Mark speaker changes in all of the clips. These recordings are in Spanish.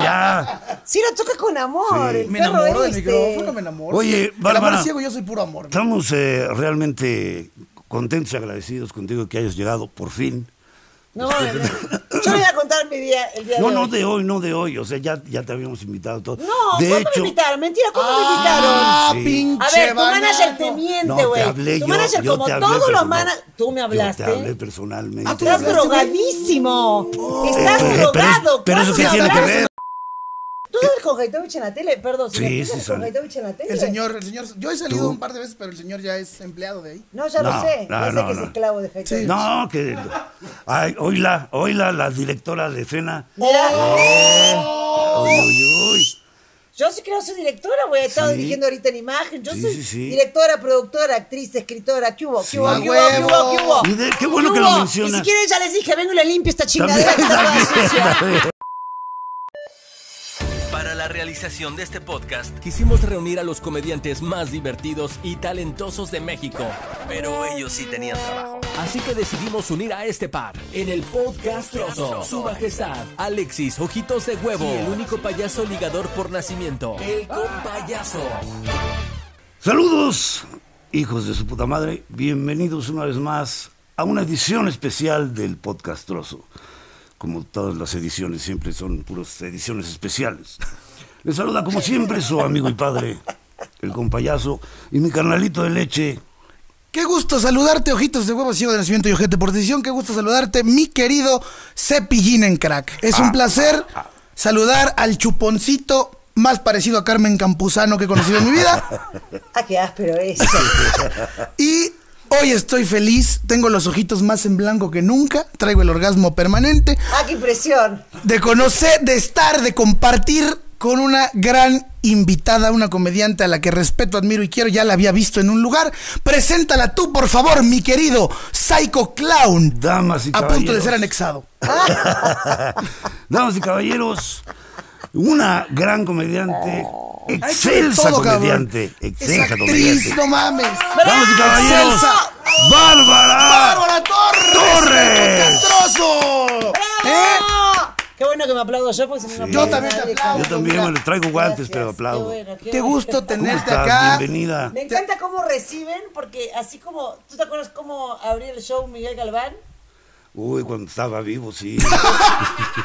Speaker 1: Ah.
Speaker 2: Sí, lo toca con amor.
Speaker 1: Sí.
Speaker 2: el
Speaker 3: Me
Speaker 2: perro
Speaker 3: enamoro del
Speaker 2: este.
Speaker 3: micrófono, me enamoro.
Speaker 1: Oye,
Speaker 3: El amor
Speaker 1: Bárbara.
Speaker 3: es ciego, yo soy puro amor.
Speaker 1: Estamos eh, realmente contentos y agradecidos contigo que hayas llegado por fin.
Speaker 2: No, no, no. Yo le voy a contar mi día el día
Speaker 1: No,
Speaker 2: de
Speaker 1: no
Speaker 2: hoy.
Speaker 1: de hoy, no de hoy. O sea, ya, ya te habíamos invitado todo.
Speaker 2: No,
Speaker 1: de
Speaker 2: ¿cuándo me invitaron? Mentira, ¿cuándo me invitaron?
Speaker 3: Ah,
Speaker 1: Sí.
Speaker 3: pinche
Speaker 2: A ver, tu manager te
Speaker 3: banano.
Speaker 2: miente,
Speaker 1: no, te
Speaker 2: güey.
Speaker 1: hablé
Speaker 2: tu
Speaker 1: yo.
Speaker 2: manager,
Speaker 1: yo
Speaker 2: como
Speaker 1: te hablé
Speaker 2: todos los
Speaker 1: personal-
Speaker 2: managers. Tú me hablaste.
Speaker 1: Yo te hablé personalmente.
Speaker 3: Ah, tú me
Speaker 2: Estás
Speaker 3: hablaste, güey.
Speaker 2: drogadísimo. Estás
Speaker 1: Eh, pero es-
Speaker 2: drogado.
Speaker 1: pero eso
Speaker 2: ¿cuándo
Speaker 1: qué
Speaker 2: me
Speaker 1: tiene que
Speaker 2: hablaste?
Speaker 1: ver.
Speaker 2: ¿Tú sabes con Haitovich en la tele? Perdón, si
Speaker 1: Sí,
Speaker 2: me
Speaker 1: sí
Speaker 2: explicas con
Speaker 1: sale.
Speaker 2: Haitovich en la tele.
Speaker 3: El señor, el señor. Yo he salido
Speaker 1: Tú.
Speaker 3: un par de veces, pero el señor ya es empleado de ahí.
Speaker 2: No, ya lo
Speaker 1: No,
Speaker 2: sé.
Speaker 1: no,
Speaker 2: ya sé
Speaker 1: no,
Speaker 2: que
Speaker 1: no.
Speaker 2: es esclavo de Haitovich.
Speaker 3: Sí.
Speaker 1: No, que. Ay, oíla, oíla, la directora de escena.
Speaker 2: Mira,
Speaker 1: Oh.
Speaker 2: Oh.
Speaker 1: Uy, uy, uy.
Speaker 2: Yo sí creo que soy directora, güey. He estado
Speaker 1: Sí.
Speaker 2: dirigiendo ahorita en imagen. Yo
Speaker 1: Sí,
Speaker 2: soy
Speaker 1: sí, sí. Ah,
Speaker 2: directora, productora, actriz, escritora. ¿Qué hubo? ¿Qué hubo?
Speaker 3: ¡A
Speaker 2: ¿Qué hubo? ¿Qué hubo? ¿Qué hubo?
Speaker 1: Y de- qué bueno que lo
Speaker 2: hubo?
Speaker 1: mencionas.
Speaker 2: Ni siquiera ya les dije, vengo y le limpio esta
Speaker 1: También,
Speaker 2: chingadera que está toda
Speaker 1: también,
Speaker 2: sucia.
Speaker 1: también.
Speaker 4: Para la realización de este podcast, quisimos reunir a los comediantes más divertidos y talentosos de México. Pero ellos sí tenían trabajo. Así que decidimos unir a este par en el podcast Trozo. Su majestad, Alexis Ojitos de Huevo. Y el único payaso ligador por nacimiento, el compayaso.
Speaker 1: Saludos, hijos de su puta madre. Bienvenidos una vez más a una edición especial del podcast Trozo. Como todas las ediciones, siempre son puras ediciones especiales. Les saluda, como siempre, su amigo y padre, el compayazo, y mi carnalito de leche.
Speaker 3: Qué gusto saludarte, ojitos de huevo, ciego de nacimiento y ojete por decisión. Qué gusto saludarte, mi querido Cepillín en crack. Es un placer saludar al chuponcito más parecido a Carmen Campuzano que he conocido en mi vida.
Speaker 2: Ah, qué áspero eso.
Speaker 3: Y hoy estoy feliz, tengo los ojitos más en blanco que nunca, traigo el orgasmo permanente
Speaker 2: Ah, qué impresión.
Speaker 3: de conocer, de estar, de compartir con una gran invitada, una comediante a la que respeto, admiro y quiero, ya la había visto en un lugar. Preséntala tú, por favor, mi querido Psycho Clown.
Speaker 1: Damas y
Speaker 3: a
Speaker 1: caballeros.
Speaker 3: punto de ser anexado.
Speaker 1: Damas y caballeros, una gran comediante, excelsa
Speaker 3: Ay, todo, cabrón.
Speaker 1: comediante,
Speaker 3: Es
Speaker 1: excelsa
Speaker 3: actriz,
Speaker 1: comediante.
Speaker 3: no mames.
Speaker 1: Damas y caballeros,
Speaker 3: Excelsa. ¡Bárbara Torres!
Speaker 1: Torres.
Speaker 3: ¡Castroso! ¿Eh?
Speaker 2: ¡Bravo! Qué bueno que me aplaudo yo, porque si no, no
Speaker 3: Yo
Speaker 2: aplaudo
Speaker 3: también te
Speaker 2: nadie,
Speaker 3: aplaudo.
Speaker 2: cabrón.
Speaker 1: Yo también bueno, traigo guantes,
Speaker 2: Gracias,
Speaker 1: pero
Speaker 2: qué
Speaker 1: aplaudo.
Speaker 2: bueno, qué
Speaker 3: Qué
Speaker 2: bueno.
Speaker 3: gusto
Speaker 1: ¿Cómo
Speaker 3: tenerte
Speaker 1: estás?
Speaker 3: acá.
Speaker 1: Bienvenida.
Speaker 2: Me encanta cómo reciben, porque así como. ¿Tú te acuerdas cómo abrió el show Miguel Galván?
Speaker 1: Uy, cuando estaba vivo, sí.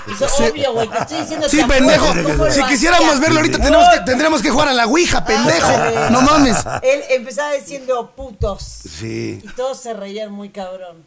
Speaker 2: Dice, obvio, güey, te estoy diciendo
Speaker 3: Sí,
Speaker 2: te apoyo,
Speaker 3: pendejo.
Speaker 2: ¿cómo lo
Speaker 3: Si quisiéramos
Speaker 2: hacías?
Speaker 3: verlo ahorita, tenemos que- tendremos que jugar a la Ouija, pendejo.
Speaker 2: güey.
Speaker 3: No mames.
Speaker 2: Ah, Él empezaba diciendo putos.
Speaker 1: Sí.
Speaker 2: Y todos se reían muy cabrón.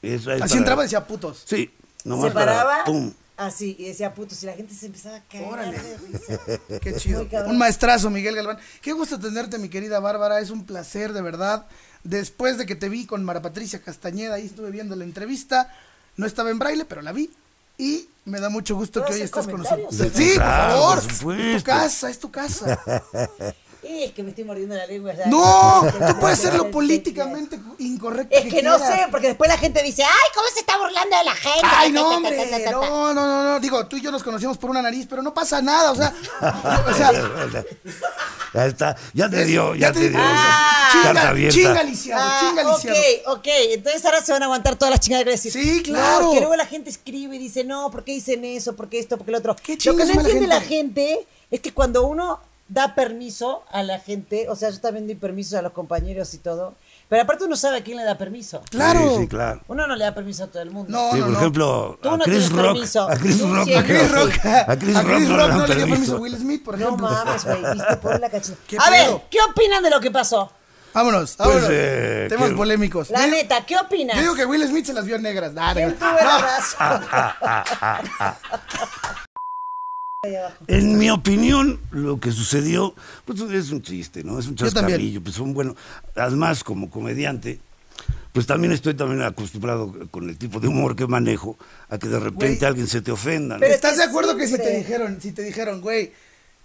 Speaker 1: Eso es
Speaker 3: Así
Speaker 1: para-
Speaker 3: entraba y decía putos.
Speaker 1: Sí. Nomás
Speaker 2: Se paraba
Speaker 1: para- pum.
Speaker 2: así y decía putos. Y la gente se empezaba a caer
Speaker 3: Órale.
Speaker 2: de risa.
Speaker 3: Qué chido.
Speaker 2: Muy cabrón.
Speaker 3: Un maestrazo, Miguel Galván. Qué gusto tenerte, mi querida Bárbara. Es un placer, de verdad. Después de que te vi con Mara Patricia Castañeda, ahí estuve viendo la entrevista. No estaba en braille, pero la vi. Y me da mucho gusto
Speaker 2: ¿Puedo
Speaker 3: que hoy
Speaker 2: hacer
Speaker 3: estás con
Speaker 2: comentarios?
Speaker 3: nosotros. Sí, por
Speaker 1: Claro,
Speaker 3: favor.
Speaker 1: por
Speaker 3: es tu
Speaker 1: supuesto.
Speaker 3: casa, es tu casa.
Speaker 2: Y es que me estoy mordiendo la lengua. ya.
Speaker 3: No, tú puedes ser lo políticamente incorrecto.
Speaker 2: Es que no
Speaker 3: quieras.
Speaker 2: sé, porque después la gente dice, ay, ¿cómo se está burlando de la gente? Ta, ta,
Speaker 3: Ay, no,
Speaker 2: ta,
Speaker 3: hombre.
Speaker 2: ta, ta, ta, ta.
Speaker 3: No, no, no, no. Digo, tú y yo nos conocíamos por una nariz, pero no pasa nada. O sea, o sea
Speaker 1: Ya está. Ya te dio, ya, te, dio.
Speaker 2: Ah.
Speaker 1: Carta
Speaker 3: Chinga,
Speaker 1: abierta.
Speaker 3: chinga, lisiado, chinga,
Speaker 2: Ah, ok,
Speaker 3: lisiado.
Speaker 2: ok. Entonces ahora se van a aguantar todas las chingadas que voy a decir.
Speaker 3: Sí, claro.
Speaker 2: que luego la gente escribe y dice, no, ¿por qué dicen eso? ¿Por qué esto? ¿Por qué lo otro?
Speaker 3: ¿Qué
Speaker 2: lo que
Speaker 3: chingas
Speaker 2: no
Speaker 3: mala
Speaker 2: entiende la
Speaker 3: gente?
Speaker 2: gente es que cuando uno da permiso a la gente, o sea, yo también doy permiso a los compañeros y todo, pero aparte uno sabe a quién le da permiso.
Speaker 3: Claro.
Speaker 1: Sí, sí, claro.
Speaker 2: Uno no le da permiso a todo el mundo.
Speaker 3: No,
Speaker 1: Sí,
Speaker 3: no,
Speaker 1: por
Speaker 3: no.
Speaker 1: ejemplo,
Speaker 2: Tú
Speaker 1: a
Speaker 2: no
Speaker 1: Chris
Speaker 2: tienes
Speaker 1: Rock.
Speaker 2: permiso.
Speaker 1: A Chris
Speaker 2: Tú
Speaker 1: Rock.
Speaker 2: siempre.
Speaker 3: A Chris Rock,
Speaker 1: A Chris Rock no le dan
Speaker 3: no le dio
Speaker 1: permiso.
Speaker 3: permiso a Will Smith, por
Speaker 2: No
Speaker 3: ejemplo.
Speaker 2: mames, güey, viste, pobre la cachina.
Speaker 3: ¿Qué
Speaker 2: A ver,
Speaker 3: pedo?
Speaker 2: ¿qué opinan de lo que pasó?
Speaker 3: Vámonos,
Speaker 1: Pues,
Speaker 3: vámonos.
Speaker 1: eh,
Speaker 3: Temas
Speaker 1: que-
Speaker 3: polémicos.
Speaker 2: La
Speaker 3: Yo-
Speaker 2: neta, ¿qué opinas?
Speaker 3: Yo digo que Will Smith se las vio negras. Nah, no. Ah,
Speaker 2: ¿Quién tuvo la
Speaker 3: No,
Speaker 2: razón?
Speaker 1: En mi opinión, lo que sucedió, pues es un chiste, ¿no? Es un
Speaker 3: Yo también.
Speaker 1: chascarrillo, pues un bueno. Además, como comediante, pues también estoy también acostumbrado con el tipo de humor que manejo a que de repente
Speaker 3: Güey.
Speaker 1: alguien se te ofenda, ¿no?
Speaker 2: Pero-
Speaker 3: ¿Estás
Speaker 2: es
Speaker 3: de
Speaker 2: que
Speaker 3: acuerdo que si te
Speaker 2: siempre-
Speaker 3: dijeron, si te dijeron, güey,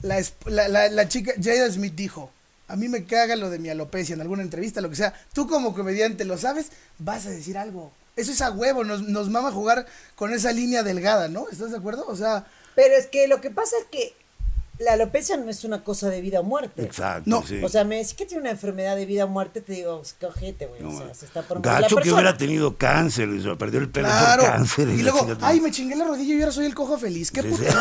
Speaker 3: la, es- la, la- la chica, Jada Smith dijo, a mí me caga lo de mi alopecia en alguna entrevista, lo que sea, tú como comediante lo sabes, vas a decir algo. Eso es a huevo, nos, nos mama jugar con esa línea delgada, ¿no? ¿Estás de acuerdo? O sea,
Speaker 2: Pero es que lo que pasa es que la alopecia no es una cosa de vida o muerte.
Speaker 1: Exacto.
Speaker 3: No.
Speaker 1: sí.
Speaker 2: O sea, me decís que tiene una enfermedad de vida o muerte, te digo, qué ojete, güey.
Speaker 1: No,
Speaker 2: o sea,
Speaker 1: man.
Speaker 2: se está por morir la
Speaker 1: Gacho que
Speaker 2: persona.
Speaker 1: hubiera tenido cáncer, y se perdió el pelo
Speaker 3: Claro.
Speaker 1: por cáncer.
Speaker 3: Y
Speaker 1: la
Speaker 3: luego,
Speaker 1: chingada.
Speaker 3: ay, me chingué la rodilla y ahora soy el cojo feliz. Qué
Speaker 1: Sí,
Speaker 3: puto.
Speaker 1: sí.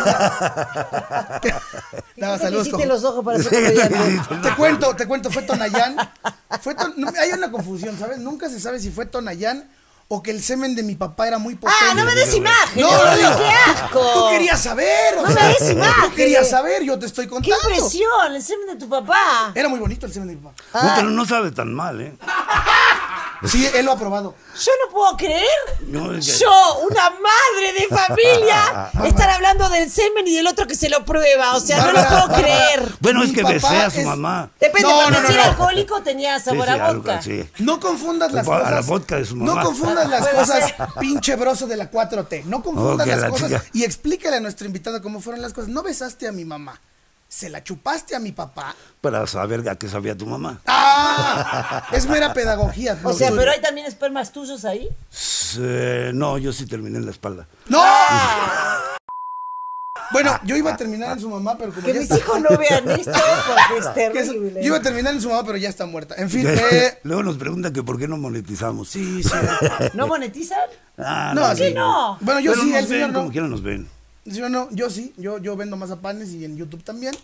Speaker 2: ¿Y
Speaker 3: No,
Speaker 2: cómo te
Speaker 3: saludos,
Speaker 2: hiciste
Speaker 3: cojo.
Speaker 2: los ojos para ser
Speaker 1: Sí,
Speaker 2: comediante?
Speaker 1: sí,
Speaker 3: Te cuento, te cuento, fue Tonayán. Fue Ton- no, hay una confusión, ¿sabes? Nunca se sabe si fue Tonayán o que el semen de mi papá era muy potente.
Speaker 2: Ah, no me des imagen.
Speaker 3: No, no, no.
Speaker 2: ¡Qué asco!
Speaker 3: Tú querías saber. o
Speaker 2: No me
Speaker 3: sea,
Speaker 2: des
Speaker 3: Tú
Speaker 2: imágenes.
Speaker 3: querías saber, yo te estoy
Speaker 2: ¡Qué
Speaker 3: contando.
Speaker 2: impresión! El semen de tu papá.
Speaker 3: Era muy bonito el semen de mi papá.
Speaker 1: No, pero no sabe tan mal, ¿eh?
Speaker 3: Sí, él lo ha probado.
Speaker 2: Yo no puedo creer.
Speaker 1: No, es que-
Speaker 2: Yo, una madre de familia, estar hablando del semen y del otro que se lo prueba. O sea, no lo
Speaker 3: Bárbara,
Speaker 2: puedo creer.
Speaker 1: Bueno,
Speaker 3: Mi
Speaker 1: es que
Speaker 3: papá
Speaker 1: besé a su
Speaker 3: es-
Speaker 1: mamá.
Speaker 2: Depende,
Speaker 3: No,
Speaker 2: cuando
Speaker 3: no, no,
Speaker 2: si era
Speaker 3: no.
Speaker 2: alcohólico tenía sabor
Speaker 1: Sí, sí,
Speaker 2: a
Speaker 1: algo
Speaker 2: vodka.
Speaker 1: así.
Speaker 3: No confundas las
Speaker 1: A la
Speaker 3: cosas.
Speaker 1: vodka de su mamá.
Speaker 3: No confundas las
Speaker 2: Puede
Speaker 3: cosas,
Speaker 2: ser.
Speaker 3: pinche broso de la 4T. No confundas
Speaker 1: Ok,
Speaker 3: las
Speaker 1: la
Speaker 3: cosas.
Speaker 1: chica.
Speaker 3: Y explícale a nuestro invitado cómo fueron las cosas. No besaste a mi mamá. Se la chupaste a mi papá.
Speaker 1: Para saber a qué sabía tu mamá.
Speaker 3: ¡Ah! Es mera pedagogía.
Speaker 2: O sea,
Speaker 3: Arturo.
Speaker 2: pero hay también espermas tuyos ahí.
Speaker 1: Eh, no, yo sí terminé en la espalda.
Speaker 3: ¡No! Bueno, yo iba a terminar en su mamá, pero como
Speaker 2: ¡Ah! Que
Speaker 3: ya
Speaker 2: mis
Speaker 3: está-
Speaker 2: hijos no vean esto porque es
Speaker 3: que es-
Speaker 2: terrible.
Speaker 3: Yo iba a terminar en su mamá, pero ya está muerta. En fin, eh,
Speaker 1: Luego nos preguntan que por qué no monetizamos.
Speaker 3: Sí, sí.
Speaker 2: ¿No monetizan?
Speaker 1: Ah,
Speaker 3: No, sí.
Speaker 1: sí.
Speaker 2: no?
Speaker 3: Bueno, yo
Speaker 1: Pero
Speaker 3: sí,
Speaker 1: nos
Speaker 3: el señor
Speaker 1: ven,
Speaker 3: no.
Speaker 1: como quiera nos ven.
Speaker 3: ¿Sí o no? Yo sí, yo, yo vendo mazapanes y en YouTube también.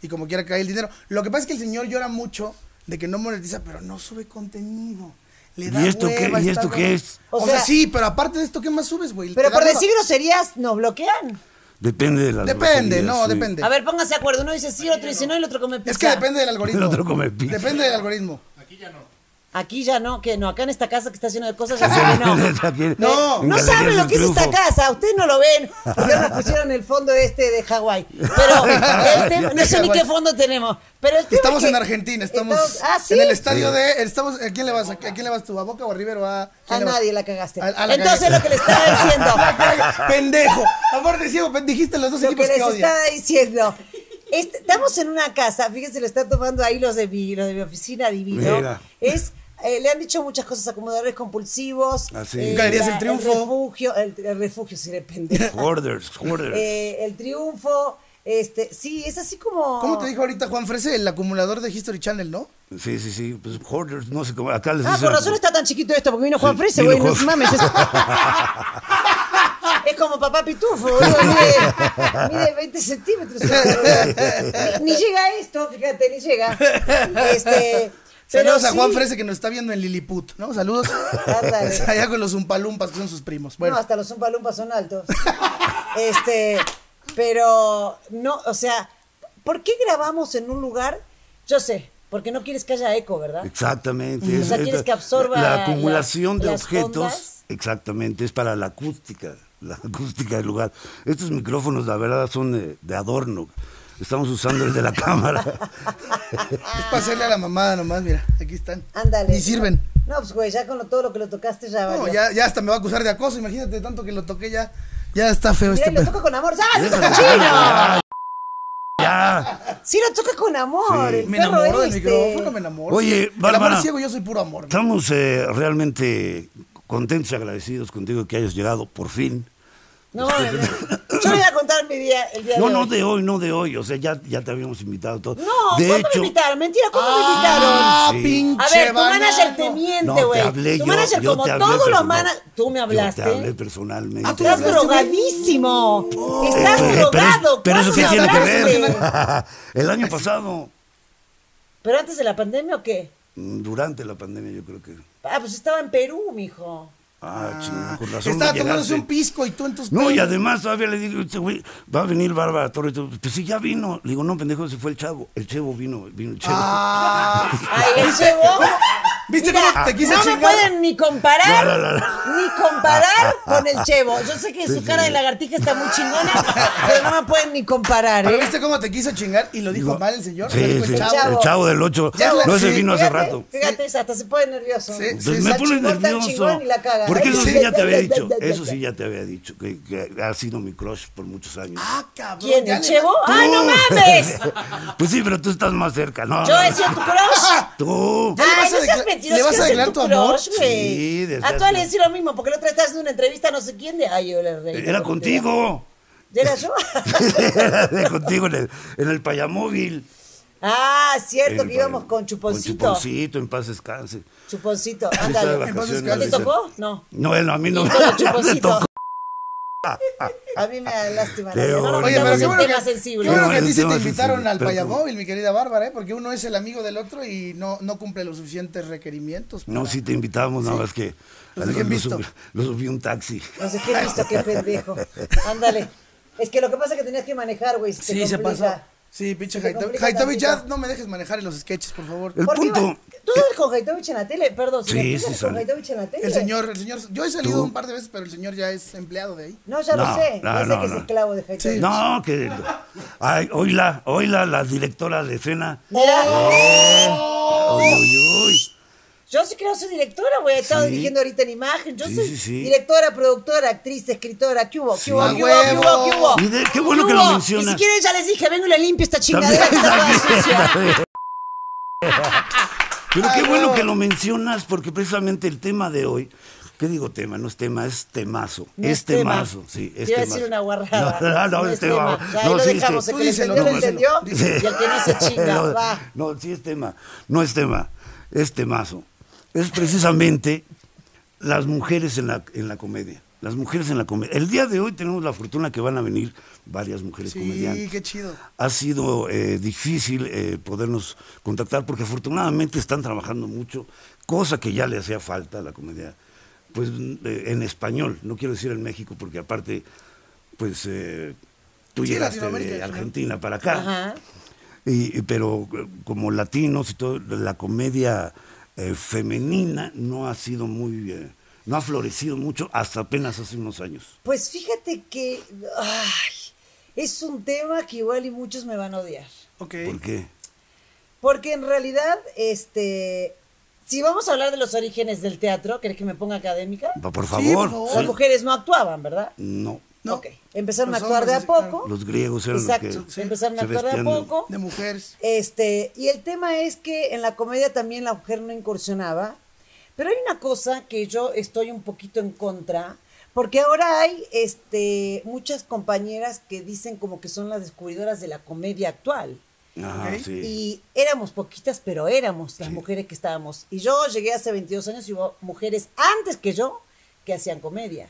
Speaker 3: Y como quiera cae el dinero. Lo que pasa es que el señor llora mucho de que no monetiza, pero no sube contenido. Le da
Speaker 1: ¿Y esto qué-
Speaker 3: hueva,
Speaker 1: y
Speaker 3: está
Speaker 1: esto qué
Speaker 3: bueno.
Speaker 1: es?
Speaker 3: O,
Speaker 2: O
Speaker 3: sea,
Speaker 2: sea-
Speaker 3: sí, pero aparte de esto, ¿qué más subes, güey?
Speaker 2: Pero
Speaker 3: Te da
Speaker 2: por
Speaker 3: hueva.
Speaker 2: decir groserías nos bloquean.
Speaker 1: Depende de las
Speaker 3: Depende,
Speaker 1: groserías,
Speaker 3: no,
Speaker 1: sí.
Speaker 3: depende.
Speaker 2: A ver, pónganse de acuerdo. Uno dice sí, otro dice no y el otro come pizza.
Speaker 3: Es que depende del algoritmo.
Speaker 1: El otro come pizza.
Speaker 3: Depende del algoritmo.
Speaker 2: Aquí ya no, que no. Acá en esta casa que está llena de cosas, ya sé que no.
Speaker 1: Aquí-
Speaker 3: No.
Speaker 1: en
Speaker 2: No
Speaker 1: Galerías
Speaker 2: saben lo
Speaker 1: del
Speaker 2: que es
Speaker 1: Triunfo.
Speaker 2: esta casa, ustedes no lo ven, porque nos pusieron el fondo este de Hawái. Pero el tema- no sé ni qué fondo tenemos. Pero el tema es
Speaker 3: Estamos
Speaker 2: que-
Speaker 3: en Argentina, estamos
Speaker 2: Entonces- ah, ¿sí?
Speaker 3: en el estadio de. Estamos, ¿a, quién le vas, ¿A quién le vas tú? ¿A Boca o a River o a.?
Speaker 2: A
Speaker 3: quién le vas?
Speaker 2: nadie la cagaste.
Speaker 3: A- a la
Speaker 2: Entonces
Speaker 3: cagué.
Speaker 2: lo que le estaba diciendo,
Speaker 3: La cagué, ¡Pendejo! Aparte, ciego, pen- dijiste los dos
Speaker 2: lo que
Speaker 3: equipos que,
Speaker 2: les
Speaker 3: odian.
Speaker 2: estaba diciendo. est- Estamos en una casa, fíjense, lo están tomando ahí los de mi, los de mi oficina divino.
Speaker 1: Mira.
Speaker 2: Es, eh, le han dicho muchas cosas, acomodadores compulsivos, eh,
Speaker 1: Así.
Speaker 3: Galerías del
Speaker 2: la-
Speaker 3: Triunfo.
Speaker 2: el refugio, el, el refugio, si le pendejo.
Speaker 1: Hoarders, hoarders.
Speaker 2: Eh, el triunfo. Este, sí, es así como.
Speaker 3: ¿Cómo te dijo ahorita Juan Frese, el acumulador de History Channel, no?
Speaker 1: Sí, sí, sí. Pues hoarders, no sé cómo. Acá les
Speaker 2: Ah,
Speaker 1: dicen-
Speaker 2: por razón está tan chiquito esto, porque vino Juan
Speaker 1: Sí,
Speaker 2: Frese,
Speaker 1: vino
Speaker 2: güey. No
Speaker 1: Juan-
Speaker 2: mames. Es... es como papá pitufo, boludo. Mide, mide 20 centímetros. ni, ni llega a esto, fíjate, ni llega. Este,
Speaker 3: Saludos a
Speaker 2: sí-
Speaker 3: Juan Frese que nos está viendo en Lilliput, ¿no? Saludos.
Speaker 2: Ándale.
Speaker 3: Allá con los umpalumpas que son sus primos.
Speaker 2: No,
Speaker 3: Bueno,
Speaker 2: hasta los umpalumpas son altos. este, pero no, o sea, ¿por qué grabamos en un lugar? Yo sé, porque no quieres que haya eco, ¿verdad?
Speaker 1: Exactamente.
Speaker 2: O sea, quieres que absorba
Speaker 1: la acumulación
Speaker 2: las-
Speaker 1: de
Speaker 2: las
Speaker 1: objetos.
Speaker 2: ondas.
Speaker 1: Exactamente, es para la acústica, la acústica del lugar. Estos micrófonos, la verdad, son eh, de, de adorno. Estamos usando el de la cámara.
Speaker 3: es para hacerle a la mamada nomás, mira, aquí están.
Speaker 2: Ándale.
Speaker 3: Ni sirven.
Speaker 2: No, pues güey, ya con lo- todo lo que lo tocaste ya
Speaker 3: No,
Speaker 2: valió.
Speaker 3: ya, ya hasta me va a acusar de acoso, imagínate tanto que lo toqué ya. Ya está feo
Speaker 2: Mira,
Speaker 3: este
Speaker 2: y lo
Speaker 3: pedo.
Speaker 2: toca con amor. ¡Ya, ese es
Speaker 1: Deja de-
Speaker 2: cochino!
Speaker 1: ya.
Speaker 2: Sí, lo toca con amor.
Speaker 1: Sí.
Speaker 2: el
Speaker 3: Me
Speaker 2: perro
Speaker 3: enamoro del
Speaker 2: este.
Speaker 3: micrófono, me enamoro.
Speaker 1: Oye,
Speaker 3: el amor
Speaker 1: Bárbara.
Speaker 3: es ciego, yo soy puro amor.
Speaker 1: Estamos eh, realmente contentos y agradecidos contigo que hayas llegado por fin.
Speaker 2: No, no, no. Yo le voy a contar mi día, el día
Speaker 1: No,
Speaker 2: de
Speaker 1: no
Speaker 2: hoy.
Speaker 1: de hoy, no de hoy. O sea, ya, ya te habíamos invitado todo.
Speaker 2: No,
Speaker 1: de
Speaker 2: ¿cuándo me invitaron? Mentira, ¿cuándo me invitaron?
Speaker 3: Ah,
Speaker 1: Sí.
Speaker 3: pinche
Speaker 2: A ver, tu manager te
Speaker 3: banano.
Speaker 1: No,
Speaker 2: miente,
Speaker 1: te
Speaker 2: güey.
Speaker 1: hablé
Speaker 2: tu
Speaker 1: yo.
Speaker 2: manager,
Speaker 1: yo
Speaker 2: como
Speaker 1: te hablé
Speaker 2: todos los
Speaker 1: personal-
Speaker 2: managers. Tú me hablaste.
Speaker 1: Yo te hablé personalmente.
Speaker 3: Ah, tú
Speaker 2: Estás
Speaker 3: hablaste,
Speaker 2: drogadísimo. Estás
Speaker 1: Pero- Oh. pero-
Speaker 2: drogado.
Speaker 1: Pero
Speaker 2: ¿cuándo
Speaker 1: eso qué
Speaker 2: me
Speaker 1: tiene que ver.
Speaker 2: hablaste?
Speaker 1: El año pasado,
Speaker 2: ¿Pero antes de la pandemia o qué?
Speaker 1: mm, durante la pandemia, yo creo que.
Speaker 2: Ah, pues estaba en Perú, mijo.
Speaker 1: Ah, chingón, con razón.
Speaker 3: Estaba
Speaker 1: no
Speaker 3: tomándose
Speaker 1: llegaste.
Speaker 3: un pisco y tú en tus
Speaker 1: No,
Speaker 3: pedos.
Speaker 1: y además todavía le digo, este güey, va a venir Bárbara Torres. Pues sí, ya vino. Le digo, no, pendejo, se fue el chavo. El chevo vino, vino el chevo.
Speaker 3: Ah.
Speaker 2: Ay, el cebo.
Speaker 3: ¿Viste
Speaker 2: Mira,
Speaker 3: cómo te quise
Speaker 2: no
Speaker 3: chingar?
Speaker 2: me pueden ni comparar,
Speaker 1: No, no, no, no.
Speaker 2: ni comparar con el Chevo. Yo sé que su cara de lagartija está muy chingona, pero no me pueden ni comparar,
Speaker 3: Pero
Speaker 2: ¿eh?
Speaker 3: viste cómo te quiso chingar y lo dijo mal el señor.
Speaker 1: Sí,
Speaker 3: lo dijo el
Speaker 1: sí,
Speaker 3: chavo.
Speaker 2: chavo.
Speaker 1: el chavo del 8.
Speaker 3: Ya la-
Speaker 1: No, se
Speaker 3: sí.
Speaker 1: vino hace rato.
Speaker 2: Fíjate, hasta se pone nervioso.
Speaker 3: Sí,
Speaker 1: Pues me
Speaker 2: Está
Speaker 1: pone
Speaker 2: chingón, está
Speaker 1: nervioso.
Speaker 2: chingón y la caga.
Speaker 1: Porque eso sí ya te había dicho. Eso sí
Speaker 2: ¿Quién,
Speaker 1: ya te había dicho. Que, que ha sido mi crush por muchos años.
Speaker 3: Ah, cabrón. ya
Speaker 2: el
Speaker 3: le-
Speaker 2: Chevo? ¡Ay, no mames!
Speaker 1: Pues sí, pero tú estás más cerca, ¿no?
Speaker 2: Yo
Speaker 1: no,
Speaker 2: he
Speaker 1: no.
Speaker 2: sido tu crush.
Speaker 1: Tú.
Speaker 3: Ya le
Speaker 2: Ay,
Speaker 3: vas a
Speaker 2: no seas
Speaker 3: decla-
Speaker 2: mentiroso,
Speaker 3: ¿le vas
Speaker 2: quiero
Speaker 3: a
Speaker 2: ser
Speaker 3: declarar tu amor?
Speaker 2: crush, güey.
Speaker 1: Sí, desde
Speaker 2: A
Speaker 1: hace-
Speaker 2: todas le decís lo mismo, porque la otra vez estás en una entrevista a no sé quién de. Ay, yo le reí.
Speaker 1: Era contigo.
Speaker 2: ¿Ya era yo?
Speaker 1: Contigo en el, en el payamóvil.
Speaker 2: ah, cierto,
Speaker 1: En
Speaker 2: que
Speaker 1: el
Speaker 2: íbamos
Speaker 1: payamóvil.
Speaker 2: con chuponcito.
Speaker 1: Con chuponcito, en paz descanse. Yo
Speaker 2: chuponcito,
Speaker 1: estaba de
Speaker 2: ándale.
Speaker 1: vacaciones,
Speaker 2: ¿No te
Speaker 1: dice.
Speaker 2: tocó? No.
Speaker 1: No, él no, a mí no
Speaker 2: Y
Speaker 1: me,
Speaker 2: con los
Speaker 1: me
Speaker 2: chuponcitos.
Speaker 1: tocó.
Speaker 2: A mí me da lástima.
Speaker 1: Qué
Speaker 2: Nadia. No, no,
Speaker 1: bonito.
Speaker 3: Oye,
Speaker 2: Oye,
Speaker 3: pero qué
Speaker 1: un
Speaker 3: bueno,
Speaker 2: tema
Speaker 3: que,
Speaker 2: sensible.
Speaker 3: qué bueno
Speaker 1: No,
Speaker 3: que a
Speaker 1: el
Speaker 3: ti sí
Speaker 1: tema
Speaker 3: te
Speaker 1: es
Speaker 3: invitaron
Speaker 1: sensible,
Speaker 3: al
Speaker 1: pero-
Speaker 3: payamóvil, mi querida Bárbara, ¿eh? porque uno es el amigo del otro y no, no cumple los suficientes requerimientos.
Speaker 1: No,
Speaker 3: para-
Speaker 1: sí te invitamos, nada más que.
Speaker 3: Los dejé
Speaker 1: lo,
Speaker 3: visto.
Speaker 1: subí, lo subí un taxi.
Speaker 2: No sé qué visto, qué pendejo. Ándale. Es que lo que pasa es que tenías que manejar, güey.
Speaker 3: Sí, se pasó.
Speaker 2: pasa.
Speaker 3: Sí, pinche
Speaker 2: Se te
Speaker 3: Jaito-
Speaker 2: complica
Speaker 3: Jaitovich, ya
Speaker 2: tantito.
Speaker 3: no me dejes manejar en los sketches, por favor.
Speaker 1: El punto.
Speaker 2: ¿Tú sabes con Haitovich en la tele? Perdón,
Speaker 1: Sí,
Speaker 2: señor. ¿tú
Speaker 1: sí
Speaker 2: sabes
Speaker 1: sale.
Speaker 2: con Haitovich en la tele?
Speaker 3: El señor, el señor, yo he salido
Speaker 1: Tú.
Speaker 3: un par de veces, pero el señor ya es empleado de ahí.
Speaker 2: No, ya lo
Speaker 1: No,
Speaker 2: sé.
Speaker 1: no,
Speaker 2: ya sé
Speaker 1: no,
Speaker 2: que
Speaker 1: no.
Speaker 2: es esclavo de Haitovich.
Speaker 3: Sí.
Speaker 1: No, que. Ay, oíla, oíla, la directora de escena.
Speaker 2: Mira, Oh.
Speaker 1: Uy, uy, uy.
Speaker 2: yo sí creo que soy directora, güey. He estado
Speaker 1: Sí.
Speaker 2: dirigiendo ahorita en imagen. Yo
Speaker 1: Sí,
Speaker 2: soy
Speaker 1: sí, sí.
Speaker 2: directora, productora, actriz, escritora. ¿Qué hubo? ¿Qué
Speaker 1: Sí.
Speaker 2: hubo?
Speaker 1: ¡A
Speaker 2: ¿Qué hubo? ¿Qué hubo? ¿Qué hubo?
Speaker 1: Y de- qué bueno que
Speaker 2: hubo?
Speaker 1: lo mencionas.
Speaker 2: Y si quieren ya les dije, vengo y le limpio esta
Speaker 1: También,
Speaker 2: chingadera que está toda
Speaker 1: también,
Speaker 2: sucia.
Speaker 1: también. Pero
Speaker 3: Ay,
Speaker 1: qué bueno
Speaker 3: no.
Speaker 1: que lo mencionas porque precisamente el tema de hoy, ¿qué digo tema? No es tema, es temazo.
Speaker 2: No
Speaker 1: es
Speaker 2: es tema.
Speaker 1: temazo, sí. Es
Speaker 2: Te iba a
Speaker 1: temazo.
Speaker 2: decir una guarrada.
Speaker 1: No, no, no,
Speaker 2: No
Speaker 1: es
Speaker 2: es
Speaker 1: tema.
Speaker 2: tema. Ya, ahí
Speaker 1: No,
Speaker 2: lo
Speaker 1: sí este, es
Speaker 2: dejamos,
Speaker 1: tema.
Speaker 2: el que le
Speaker 3: díselo,
Speaker 2: entendió, lo
Speaker 3: tú díselo.
Speaker 2: entendió.
Speaker 1: Sí.
Speaker 2: Y el que no se chinga,
Speaker 1: No,
Speaker 2: va.
Speaker 1: No, sí es tema. No es tema. Es temazo. Es precisamente las mujeres en la, en la comedia. Las mujeres en la comedia. El día de hoy tenemos la fortuna que van a venir varias mujeres
Speaker 3: Sí,
Speaker 1: comediantes.
Speaker 3: qué chido.
Speaker 1: Ha sido eh, difícil eh, podernos contactar porque afortunadamente están trabajando mucho, cosa que ya le hacía falta a la comedia, pues mm, eh, en español, no quiero decir en México porque aparte, pues eh, tú
Speaker 3: Sí,
Speaker 1: llegaste
Speaker 3: Latinoamérica,
Speaker 1: de
Speaker 3: sí.
Speaker 1: Argentina para acá,
Speaker 2: Ajá.
Speaker 1: y, y- pero eh, como latinos y todo, la comedia eh, femenina no ha sido muy, eh, no ha florecido mucho hasta apenas hace unos años.
Speaker 2: Pues fíjate que ay, es un tema que igual y muchos me van a odiar.
Speaker 3: Ok.
Speaker 1: ¿Por qué?
Speaker 2: Porque en realidad, este, si vamos a hablar de los orígenes del teatro, ¿querés que me ponga académica?
Speaker 1: Va, Por
Speaker 3: Sí, por
Speaker 1: favor.
Speaker 3: favor.
Speaker 2: Las
Speaker 1: sí.
Speaker 2: mujeres no actuaban, ¿verdad?
Speaker 1: No.
Speaker 3: No.
Speaker 2: Ok. Empezaron
Speaker 3: Los
Speaker 2: a actuar de a
Speaker 3: hombres, sí,
Speaker 2: poco.
Speaker 1: Los griegos eran
Speaker 2: Exacto.
Speaker 1: los que
Speaker 3: sí.
Speaker 2: Empezaron a
Speaker 1: se
Speaker 2: actuar de a
Speaker 1: vestían de-
Speaker 2: poco.
Speaker 3: De mujeres.
Speaker 2: Este, y el tema es que en la comedia también la mujer no incursionaba. Pero hay una cosa que yo estoy un poquito en contra, porque ahora hay este, muchas compañeras que dicen como que son las descubridoras de la comedia actual.
Speaker 1: Ah,
Speaker 3: Ok.
Speaker 1: sí.
Speaker 2: Y éramos poquitas, pero éramos las
Speaker 1: Sí.
Speaker 2: mujeres que estábamos. Y yo llegué hace 22 años y hubo mujeres antes que yo que hacían comedia.